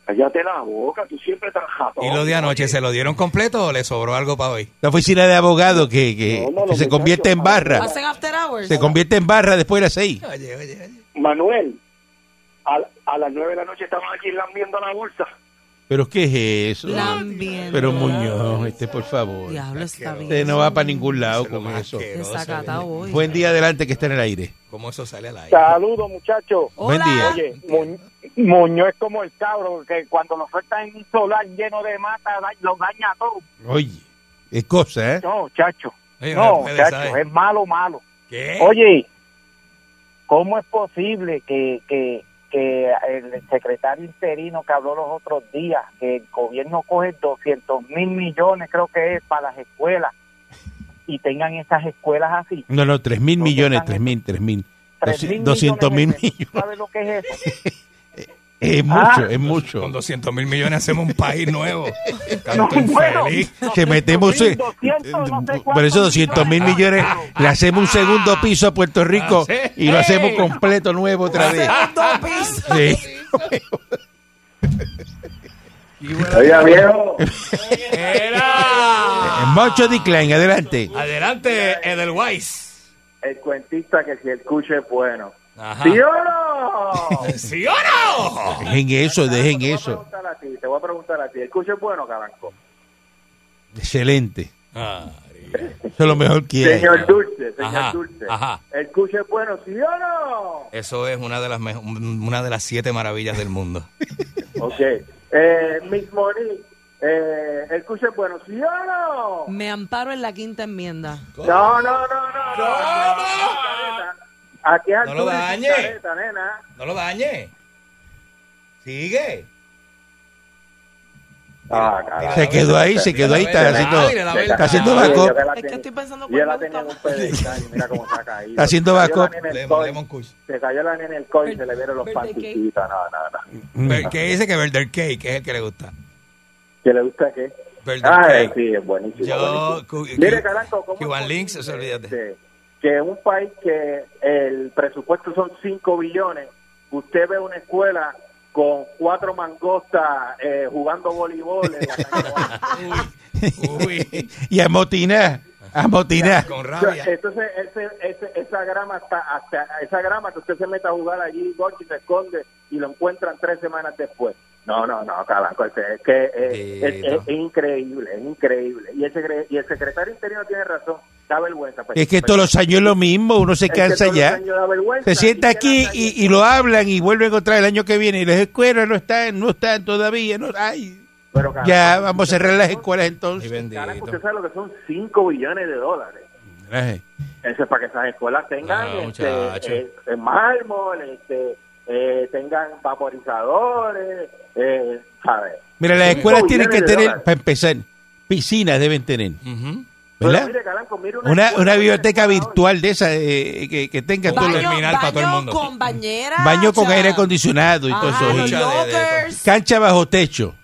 [SPEAKER 9] cállate la boca, tú siempre estás jato.
[SPEAKER 10] ¿Y lo de anoche se lo dieron completo o le sobró algo para hoy?
[SPEAKER 3] La oficina de abogados que, que-
[SPEAKER 9] No, no,
[SPEAKER 3] que
[SPEAKER 9] los
[SPEAKER 3] se convierte en
[SPEAKER 9] muchachos,
[SPEAKER 3] barra.
[SPEAKER 4] ¿Hacen after hours?
[SPEAKER 3] Se convierte en barra después de las seis.
[SPEAKER 10] Oye, oye, oye.
[SPEAKER 9] Manuel, a, a las nueve de la noche estaban aquí lambiendo la bolsa.
[SPEAKER 3] ¿Pero qué es eso?
[SPEAKER 4] Lambiendo.
[SPEAKER 3] Pero Muñoz, este, por favor.
[SPEAKER 4] Diablo, está bien.
[SPEAKER 3] Usted no va para ningún lado con eso.
[SPEAKER 4] Desacatado hoy.
[SPEAKER 3] Buen día adelante que está en el aire.
[SPEAKER 5] ¿Cómo eso sale al aire?
[SPEAKER 8] Saludos, muchachos.
[SPEAKER 3] Buen
[SPEAKER 4] Hola.
[SPEAKER 3] día.
[SPEAKER 8] Oye, Mu- Muñoz es como el cabro que cuando lo sueltan en un solar lleno de mata da- lo daña a todo.
[SPEAKER 3] Oye, es cosa, ¿eh?
[SPEAKER 8] No, chacho.
[SPEAKER 5] Oye,
[SPEAKER 8] no,
[SPEAKER 5] puede,
[SPEAKER 8] chacho,
[SPEAKER 5] ¿sabe?
[SPEAKER 8] es malo, malo.
[SPEAKER 3] Eh.
[SPEAKER 5] ¿Qué?
[SPEAKER 8] Oye, ¿cómo es posible que, que, que el secretario interino que habló los otros días, que el gobierno coge 200 mil millones, creo que es, para las escuelas, y tengan esas escuelas así?
[SPEAKER 3] No, no, tres mil
[SPEAKER 8] No,
[SPEAKER 3] millones,
[SPEAKER 8] están-
[SPEAKER 3] tres mil, tres mil.
[SPEAKER 8] 3.000
[SPEAKER 3] Doscientos mil
[SPEAKER 8] millones de pesos.
[SPEAKER 3] millones.
[SPEAKER 8] ¿Sabes lo que es eso?
[SPEAKER 3] Es
[SPEAKER 8] Ah.
[SPEAKER 3] mucho, es mucho.
[SPEAKER 5] Con 200 mil millones hacemos un país nuevo. Canto
[SPEAKER 8] No, bueno.
[SPEAKER 5] infeliz.
[SPEAKER 3] Que metemos... eh,
[SPEAKER 8] 200, no sé
[SPEAKER 3] Por eso
[SPEAKER 8] cuántos
[SPEAKER 3] 200 mil millones le hacemos un segundo piso a Puerto Rico
[SPEAKER 5] Ah, sí.
[SPEAKER 3] y lo hacemos completo nuevo otra vez.
[SPEAKER 4] Segundo piso.
[SPEAKER 3] Sí.
[SPEAKER 9] Oiga, viejo.
[SPEAKER 5] Era.
[SPEAKER 3] Mucho decline, adelante.
[SPEAKER 5] Ah, Adelante, Edelweiss.
[SPEAKER 9] El cuentista que si escucha es bueno.
[SPEAKER 5] Ajá.
[SPEAKER 9] ¿Sí o no?
[SPEAKER 5] ¿Sí o no?
[SPEAKER 3] Dejen eso, dejen
[SPEAKER 9] Te voy a
[SPEAKER 3] eso.
[SPEAKER 9] preguntar a ti, Te voy a preguntar a ti. ¿El cucho es bueno, Caranco?
[SPEAKER 3] Excelente.
[SPEAKER 5] Ah,
[SPEAKER 3] Eso es lo mejor que hay.
[SPEAKER 9] Señor Dulce, señor
[SPEAKER 5] Ajá,
[SPEAKER 9] Dulce.
[SPEAKER 5] ajá.
[SPEAKER 9] ¿El cucho es bueno, sí o no?
[SPEAKER 5] Eso es una de las mejo- una de las siete maravillas del mundo.
[SPEAKER 9] Ok. Eh, Miss Monique, eh, ¿el cucho es bueno, sí o no?
[SPEAKER 4] Me amparo en la quinta enmienda.
[SPEAKER 9] No, no, no, no. no. Aquí es
[SPEAKER 5] No lo
[SPEAKER 9] Arturo y
[SPEAKER 5] dañe.
[SPEAKER 9] Picareta, nena.
[SPEAKER 5] No lo dañe. Sigue.
[SPEAKER 9] Ah, carajo.
[SPEAKER 3] Se quedó ahí, se quedó ahí, está haciendo, está haciendo
[SPEAKER 9] Oye, yo
[SPEAKER 3] backup.
[SPEAKER 9] que la
[SPEAKER 4] Es que
[SPEAKER 9] tenía-
[SPEAKER 4] estoy pensando
[SPEAKER 9] Y
[SPEAKER 4] cuál
[SPEAKER 9] ella
[SPEAKER 4] me gusta
[SPEAKER 9] tenía en un
[SPEAKER 4] más.
[SPEAKER 9] pedestal y mira cómo se ha caído.
[SPEAKER 3] Haciendo
[SPEAKER 9] Se cayó la
[SPEAKER 3] backup.
[SPEAKER 9] nena en el
[SPEAKER 5] Lemon-
[SPEAKER 9] coin,
[SPEAKER 5] Lemon Kush.
[SPEAKER 9] Se cayó la nena en el coin y se le vieron los
[SPEAKER 4] Birthday cake.
[SPEAKER 9] panticitos. No, no, no.
[SPEAKER 5] Ver- ¿Qué dice que Verder Cake es el que le gusta?
[SPEAKER 9] ¿Que le gusta qué?
[SPEAKER 5] Verder
[SPEAKER 9] Ah, eh,
[SPEAKER 5] Cake.
[SPEAKER 9] sí, es buenísimo.
[SPEAKER 5] Yo,
[SPEAKER 9] buenísimo.
[SPEAKER 5] cu-
[SPEAKER 9] Mire,
[SPEAKER 5] cu-
[SPEAKER 9] Caranco, ¿cómo
[SPEAKER 5] Cuban
[SPEAKER 9] es
[SPEAKER 5] Links,
[SPEAKER 9] posible,
[SPEAKER 5] eso olvídate.
[SPEAKER 9] este, que un país que el presupuesto son 5 billones, usted ve una escuela con cuatro mangostas eh, jugando voleibol. en la cancha.
[SPEAKER 5] Uy,
[SPEAKER 3] Y amotinar, amotinar.
[SPEAKER 5] con rabia.
[SPEAKER 9] Entonces, ese, ese- esa grama hasta, hasta esa grama que usted se meta a jugar allí, Gorky se esconde y lo encuentran tres semanas después. No, no, no, Calanco, es que- es que eh, es,
[SPEAKER 5] Tito.
[SPEAKER 9] es increíble, es increíble. Y el, secre- y el secretario interino tiene razón, da vergüenza. pues.
[SPEAKER 3] Es que todos los años es lo mismo, uno se
[SPEAKER 9] Es que
[SPEAKER 3] cansa
[SPEAKER 9] todos los
[SPEAKER 3] ya.
[SPEAKER 9] años da vergüenza.
[SPEAKER 3] Se sienta
[SPEAKER 9] Y
[SPEAKER 3] aquí
[SPEAKER 9] quedan ahí.
[SPEAKER 3] y, y lo hablan y vuelven otra vez el año que viene y las escuelas no están, no están todavía. No, ay,
[SPEAKER 9] Pero, Calanco,
[SPEAKER 3] ya vamos a cerrar las escuelas
[SPEAKER 5] Ay,
[SPEAKER 3] entonces.
[SPEAKER 9] Calanco,
[SPEAKER 5] bendito.
[SPEAKER 9] usted sabe lo que son 5 billones de dólares.
[SPEAKER 3] Ay,
[SPEAKER 9] Eso es para que esas escuelas tengan
[SPEAKER 5] Ah, muchacho.
[SPEAKER 9] este, eh, eh, mármol, este, eh, tengan vaporizadores, eh, ¿sabes?
[SPEAKER 3] Mira, las
[SPEAKER 9] Cinco
[SPEAKER 3] escuelas tienen que
[SPEAKER 9] billones de
[SPEAKER 3] tener,
[SPEAKER 9] dólares.
[SPEAKER 3] para empezar, piscinas deben tener,
[SPEAKER 5] Ujú.
[SPEAKER 9] Pero
[SPEAKER 3] ¿verdad?
[SPEAKER 9] mire, Calanco, mire una,
[SPEAKER 3] Una,
[SPEAKER 9] escuela
[SPEAKER 3] una
[SPEAKER 9] que
[SPEAKER 3] biblioteca
[SPEAKER 9] tiene
[SPEAKER 3] virtual de esa eh, que, que tenga todos los
[SPEAKER 4] Baño,
[SPEAKER 5] terminal para todo el
[SPEAKER 4] baño
[SPEAKER 5] mundo.
[SPEAKER 4] con bañera.
[SPEAKER 3] baños con
[SPEAKER 4] o sea,
[SPEAKER 3] aire acondicionado y todo eso.
[SPEAKER 4] ajá, los
[SPEAKER 5] Mucha de- de-
[SPEAKER 4] lockers.
[SPEAKER 3] cancha bajo techo,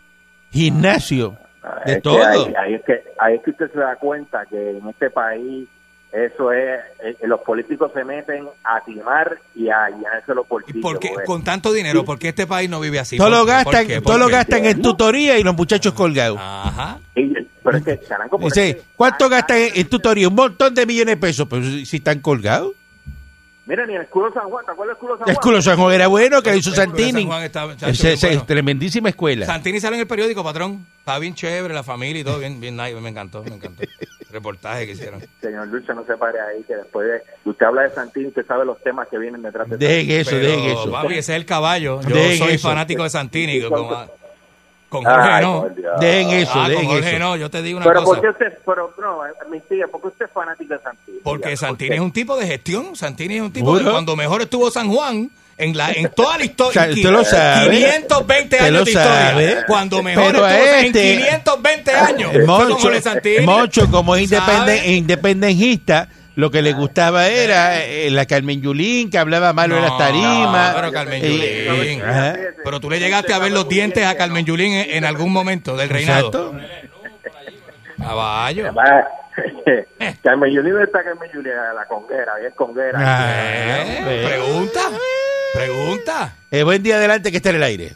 [SPEAKER 3] gimnasio,
[SPEAKER 9] Ah,
[SPEAKER 3] de
[SPEAKER 9] es que
[SPEAKER 3] todo.
[SPEAKER 9] Ahí, ahí es que, ahí es que usted se da cuenta que en este país eso es, eh, los políticos se meten a timar y a llenárselo por
[SPEAKER 5] ¿Y por qué, con tanto dinero, ¿por qué este país no vive así?
[SPEAKER 3] todo lo
[SPEAKER 5] ¿Por qué? ¿Por
[SPEAKER 3] gastan,
[SPEAKER 5] qué?
[SPEAKER 3] todo
[SPEAKER 5] ¿Por
[SPEAKER 3] lo
[SPEAKER 5] qué?
[SPEAKER 3] gastan en tutoría y los muchachos colgados.
[SPEAKER 5] Ajá.
[SPEAKER 9] Pero es que, Calanco, por
[SPEAKER 3] Dice,
[SPEAKER 9] eso-
[SPEAKER 3] ¿cuánto
[SPEAKER 9] hay-
[SPEAKER 3] gastan
[SPEAKER 9] hay-
[SPEAKER 3] en, en tutoría? Un montón de millones de pesos, pero si si están colgados.
[SPEAKER 9] Mira, ni el escudo San Juan, ¿te acuerdas del escudo San Juan?
[SPEAKER 3] El culo San Juan era bueno, que lo hizo
[SPEAKER 5] El culo de San
[SPEAKER 3] Santini.
[SPEAKER 5] Juan está- chacho,
[SPEAKER 3] Esa
[SPEAKER 5] bien bueno.
[SPEAKER 3] es tremendísima escuela.
[SPEAKER 5] Santini sale en el periódico, patrón. Está bien chévere, la familia y todo, bien, bien nice. Me encantó, me encantó. Reportaje que hicieron.
[SPEAKER 9] Señor Lucha, no se pare ahí, que después de... Usted habla de Santini, usted sabe los temas que vienen detrás de
[SPEAKER 3] Dejen eso,
[SPEAKER 5] Pero,
[SPEAKER 3] dejen eso.
[SPEAKER 5] Papi, ese es el caballo. Yo
[SPEAKER 3] Dejen
[SPEAKER 5] soy
[SPEAKER 3] eso.
[SPEAKER 5] fanático de Santini. Con, con Jorge
[SPEAKER 9] Ay,
[SPEAKER 5] no.
[SPEAKER 9] por Dios.
[SPEAKER 3] Dejen eso,
[SPEAKER 5] ah, con
[SPEAKER 3] dejen
[SPEAKER 5] Jorge
[SPEAKER 3] eso.
[SPEAKER 5] no. Yo te digo una
[SPEAKER 9] Pero
[SPEAKER 5] cosa.
[SPEAKER 9] ¿por qué usted, pero no, eh, mis tías, ¿por qué usted es fanático de Santini?
[SPEAKER 5] Porque
[SPEAKER 9] Ya,
[SPEAKER 5] Santini es un tipo de gestión. Santini es un tipo
[SPEAKER 3] ¿Seguro?
[SPEAKER 5] que cuando mejor estuvo San Juan. En, la, en toda la historia,
[SPEAKER 3] O sea, usted lo sabe.
[SPEAKER 5] 520
[SPEAKER 3] Usted
[SPEAKER 5] años
[SPEAKER 3] lo
[SPEAKER 5] de historia.
[SPEAKER 3] sabe.
[SPEAKER 5] Cuando mejor
[SPEAKER 3] Pero
[SPEAKER 5] estuvo
[SPEAKER 3] este-
[SPEAKER 5] en 520 años. fue este como
[SPEAKER 3] Mocho,
[SPEAKER 5] de Santini.
[SPEAKER 3] Mocho, como es independen-
[SPEAKER 5] ¿Sabe? Ah,
[SPEAKER 3] independentista, lo que le gustaba era eh, la Carmen Yulín, que hablaba malo de las
[SPEAKER 5] No,
[SPEAKER 3] tarimas.
[SPEAKER 5] pero Carmen
[SPEAKER 3] Eh,
[SPEAKER 5] Yulín.
[SPEAKER 3] ajá.
[SPEAKER 5] Pero tú le llegaste a ver los dientes a Carmen Yulín en, en algún momento del reinado.
[SPEAKER 3] Exacto.
[SPEAKER 5] Caballo.
[SPEAKER 9] Va. Carmen Yulín ¿dónde está Carmen Yulín, a la conguera, bien conguera.
[SPEAKER 5] Eh,
[SPEAKER 3] Ah, eh.
[SPEAKER 5] Pregunta. Pregunta.
[SPEAKER 3] Eh, buen día adelante que está en el aire.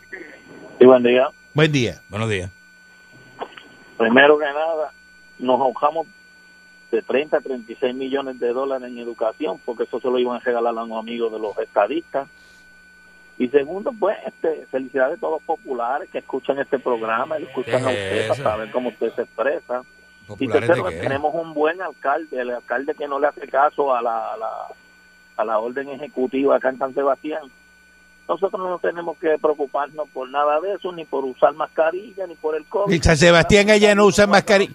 [SPEAKER 8] Y buen día.
[SPEAKER 3] Buen día.
[SPEAKER 5] Buenos días.
[SPEAKER 8] Primero que nada, nos ahorramos de 30 a 36 millones de dólares en educación, porque eso se lo iban a regalar a los amigos de los estadistas.
[SPEAKER 9] Y segundo, pues, este, felicidades a todos los populares que escuchan este programa, y lo escuchan a
[SPEAKER 5] ¿Qué es
[SPEAKER 9] usted para
[SPEAKER 5] eso?
[SPEAKER 9] saber cómo usted se expresa. Y
[SPEAKER 5] ¿Populares
[SPEAKER 9] tercero,
[SPEAKER 5] de
[SPEAKER 9] que
[SPEAKER 5] qué?
[SPEAKER 9] tenemos un buen alcalde, el alcalde que no le hace caso a la, a la, a la orden ejecutiva acá en San Sebastián. Nosotros no tenemos que preocuparnos por nada de eso, ni por usar mascarilla, ni por el COVID.
[SPEAKER 3] En San Sebastián allá no usan mascarilla.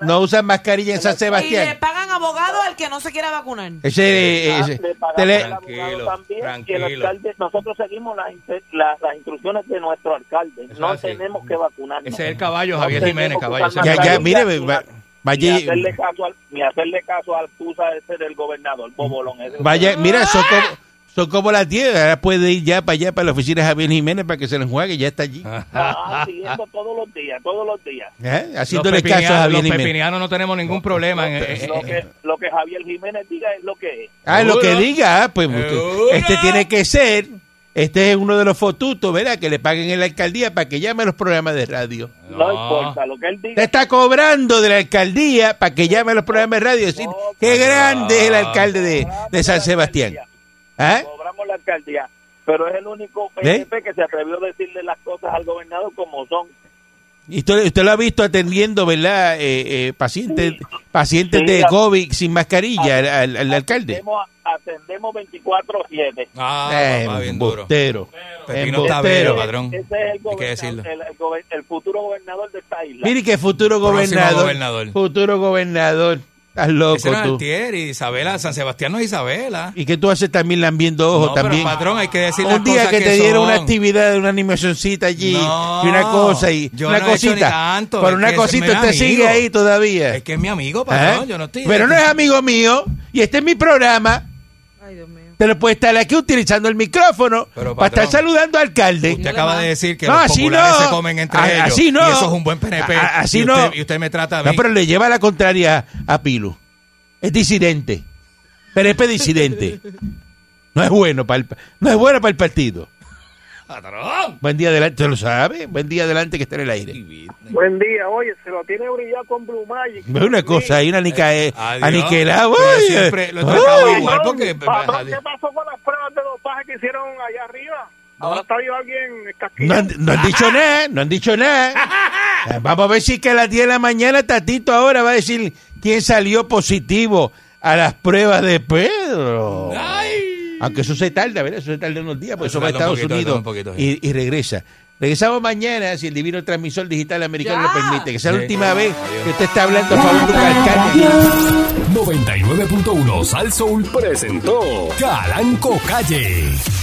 [SPEAKER 3] No usan mascarilla en San
[SPEAKER 4] Y le
[SPEAKER 3] Sebastián. Eh.
[SPEAKER 4] pagan abogado al que no se quiera vacunar.
[SPEAKER 3] Ese, ese-
[SPEAKER 9] Le pagamos
[SPEAKER 3] tele-
[SPEAKER 9] Ah, al abogado
[SPEAKER 5] Tranquilo,
[SPEAKER 9] también, y el
[SPEAKER 5] tranquilo.
[SPEAKER 9] alcalde- nosotros seguimos las, inte- las- las instrucciones de nuestro alcalde.
[SPEAKER 5] Eso
[SPEAKER 9] no
[SPEAKER 5] es así.
[SPEAKER 9] tenemos que vacunarnos.
[SPEAKER 5] Ese es el caballo,
[SPEAKER 9] No
[SPEAKER 5] Javier
[SPEAKER 9] tenemos
[SPEAKER 5] Jiménez,
[SPEAKER 9] que
[SPEAKER 5] caballo.
[SPEAKER 9] usar
[SPEAKER 3] ya, ya,
[SPEAKER 9] mascarilla,
[SPEAKER 3] mire,
[SPEAKER 9] ni
[SPEAKER 3] va-
[SPEAKER 9] Ni
[SPEAKER 3] vaya,
[SPEAKER 9] hacerle caso al, ni hacerle caso al acusa ese del gobernador, Bobolón. ese-
[SPEAKER 3] vaya, mira,
[SPEAKER 11] ¡Ah!
[SPEAKER 3] son como, son como las 10, ahora puede ir ya para allá, para la oficina de Javier Jiménez, para que se le enjuague, ya está allí.
[SPEAKER 9] Ah, siguiendo todos los días, todos los días.
[SPEAKER 3] ¿Eh?
[SPEAKER 11] Los,
[SPEAKER 3] Haciéndole
[SPEAKER 11] pepinianos-
[SPEAKER 3] caso a Javier
[SPEAKER 11] los
[SPEAKER 3] Jiménez.
[SPEAKER 11] pepinianos no tenemos ningún problema. en-
[SPEAKER 3] Eh,
[SPEAKER 11] en- en-
[SPEAKER 9] Lo que, lo que Javier Jiménez diga es lo que es.
[SPEAKER 3] Ah, lo que
[SPEAKER 11] Seguro.
[SPEAKER 3] diga, ah, pues usted-
[SPEAKER 11] Seguro.
[SPEAKER 3] este tiene que ser, este es uno de los fotutos, ¿verdad? Que le paguen en la alcaldía para que llame a los programas de radio.
[SPEAKER 9] No,
[SPEAKER 11] No.
[SPEAKER 9] importa lo que él diga.
[SPEAKER 3] Te está cobrando de la alcaldía para que llame a los programas de radio y decir qué
[SPEAKER 11] pues,
[SPEAKER 3] grande es el
[SPEAKER 11] ah,
[SPEAKER 3] alcalde de, de San Sebastián. ¿Ah?
[SPEAKER 9] Cobramos la alcaldía. Pero es el único
[SPEAKER 3] ¿Eh?
[SPEAKER 9] PNP que se atrevió a decirle las cosas al gobernador como son.
[SPEAKER 3] Y usted, usted lo ha visto atendiendo, ¿verdad? Eh, eh, pacientes pacientes
[SPEAKER 9] Sí, Ah,
[SPEAKER 3] de
[SPEAKER 9] la-
[SPEAKER 3] COVID sin mascarilla al, al- al alcalde.
[SPEAKER 9] Atendemos, atendemos 24-7.
[SPEAKER 5] Ah,
[SPEAKER 3] Eh,
[SPEAKER 5] papá, bien duro.
[SPEAKER 3] embustero,
[SPEAKER 5] Pepino está
[SPEAKER 3] embustero.
[SPEAKER 5] bello, padrón.
[SPEAKER 9] Ese es el,
[SPEAKER 5] Hay que
[SPEAKER 9] gobernador,
[SPEAKER 5] decirlo.
[SPEAKER 9] el, el gober- el futuro gobernador de esta isla.
[SPEAKER 3] Mire que futuro
[SPEAKER 5] Próximo
[SPEAKER 3] gobernador,
[SPEAKER 5] gobernador.
[SPEAKER 3] Futuro gobernador. Estás loco
[SPEAKER 5] Ese no es
[SPEAKER 3] tú.
[SPEAKER 5] Altier, Isabela, San Sebastián no es Isabela.
[SPEAKER 3] Y que tú haces también lambiendo ojos
[SPEAKER 5] No, pero,
[SPEAKER 3] también.
[SPEAKER 5] patrón, hay que decir las
[SPEAKER 3] un día
[SPEAKER 5] cosas
[SPEAKER 3] que, te dieron una
[SPEAKER 5] son.
[SPEAKER 3] actividad, una animacioncita allí,
[SPEAKER 5] No,
[SPEAKER 3] y una cosa, y
[SPEAKER 5] yo
[SPEAKER 3] una
[SPEAKER 5] no he hecho
[SPEAKER 3] cosita.
[SPEAKER 5] ni tanto,
[SPEAKER 3] por
[SPEAKER 5] es
[SPEAKER 3] una
[SPEAKER 5] que ese es
[SPEAKER 3] cosita
[SPEAKER 5] mi
[SPEAKER 3] usted
[SPEAKER 5] amigo.
[SPEAKER 3] sigue ahí todavía.
[SPEAKER 5] Es que es mi amigo, patrón,
[SPEAKER 3] Ajá.
[SPEAKER 5] yo no estoy...
[SPEAKER 3] ¿Eh? Pero no es amigo mío, y este es mi programa.
[SPEAKER 4] Ay, Dios mío.
[SPEAKER 3] Te lo puede estar pues aquí utilizando el micrófono
[SPEAKER 5] Pero,
[SPEAKER 3] para estar
[SPEAKER 5] patrón,
[SPEAKER 3] saludando al alcalde.
[SPEAKER 5] Usted acaba de decir que
[SPEAKER 3] No,
[SPEAKER 5] los
[SPEAKER 3] así
[SPEAKER 5] populares
[SPEAKER 3] no.
[SPEAKER 5] se comen entre
[SPEAKER 3] A-
[SPEAKER 5] ellos.
[SPEAKER 3] así no.
[SPEAKER 5] Y eso es un buen PNP.
[SPEAKER 3] A- a- así
[SPEAKER 5] y usted,
[SPEAKER 3] no.
[SPEAKER 5] Y usted me trata a mí.
[SPEAKER 3] No, pero le lleva la contraria a Pilo. Es disidente. Pero es disidente. No es bueno para el, pa- no es bueno para el partido.
[SPEAKER 5] ¡Patrón!
[SPEAKER 3] Buen día adelante, ¿usted lo sabe. Buen día adelante que está en el aire.
[SPEAKER 12] Buen día, oye, se lo tiene brillado con Blue Magic.
[SPEAKER 3] Ve una cosa, hay una nica, eh,
[SPEAKER 5] Adiós.
[SPEAKER 3] aniquilada.
[SPEAKER 5] Pero
[SPEAKER 3] oye.
[SPEAKER 5] siempre lo he tratado
[SPEAKER 3] Ay.
[SPEAKER 5] igual porque...
[SPEAKER 12] Patrón, ¿Qué pasó con las pruebas de dopaje que hicieron allá arriba? Ahora está vivo alguien
[SPEAKER 3] No
[SPEAKER 12] casquillado.
[SPEAKER 3] han, no han dicho nada, no han dicho nada. Eh, Vamos a ver si es que a las 10 de la mañana Tatito ahora va a decir quién salió positivo a las pruebas de Pedro. Aunque eso se tarda, ¿verdad? Eso se tarda unos días, porque eso va a
[SPEAKER 5] Tarda un
[SPEAKER 3] Estados
[SPEAKER 5] poquito,
[SPEAKER 3] Unidos
[SPEAKER 5] tarda un poquito,
[SPEAKER 3] y, y regresa. Regresamos mañana, si el divino transmisor digital americano
[SPEAKER 4] Ya.
[SPEAKER 3] lo permite, que sea la
[SPEAKER 5] Sí.
[SPEAKER 3] última vez que usted está hablando a favor de un alcalde.
[SPEAKER 13] La
[SPEAKER 1] 99.1 Sal Soul presentó Calanco Calle.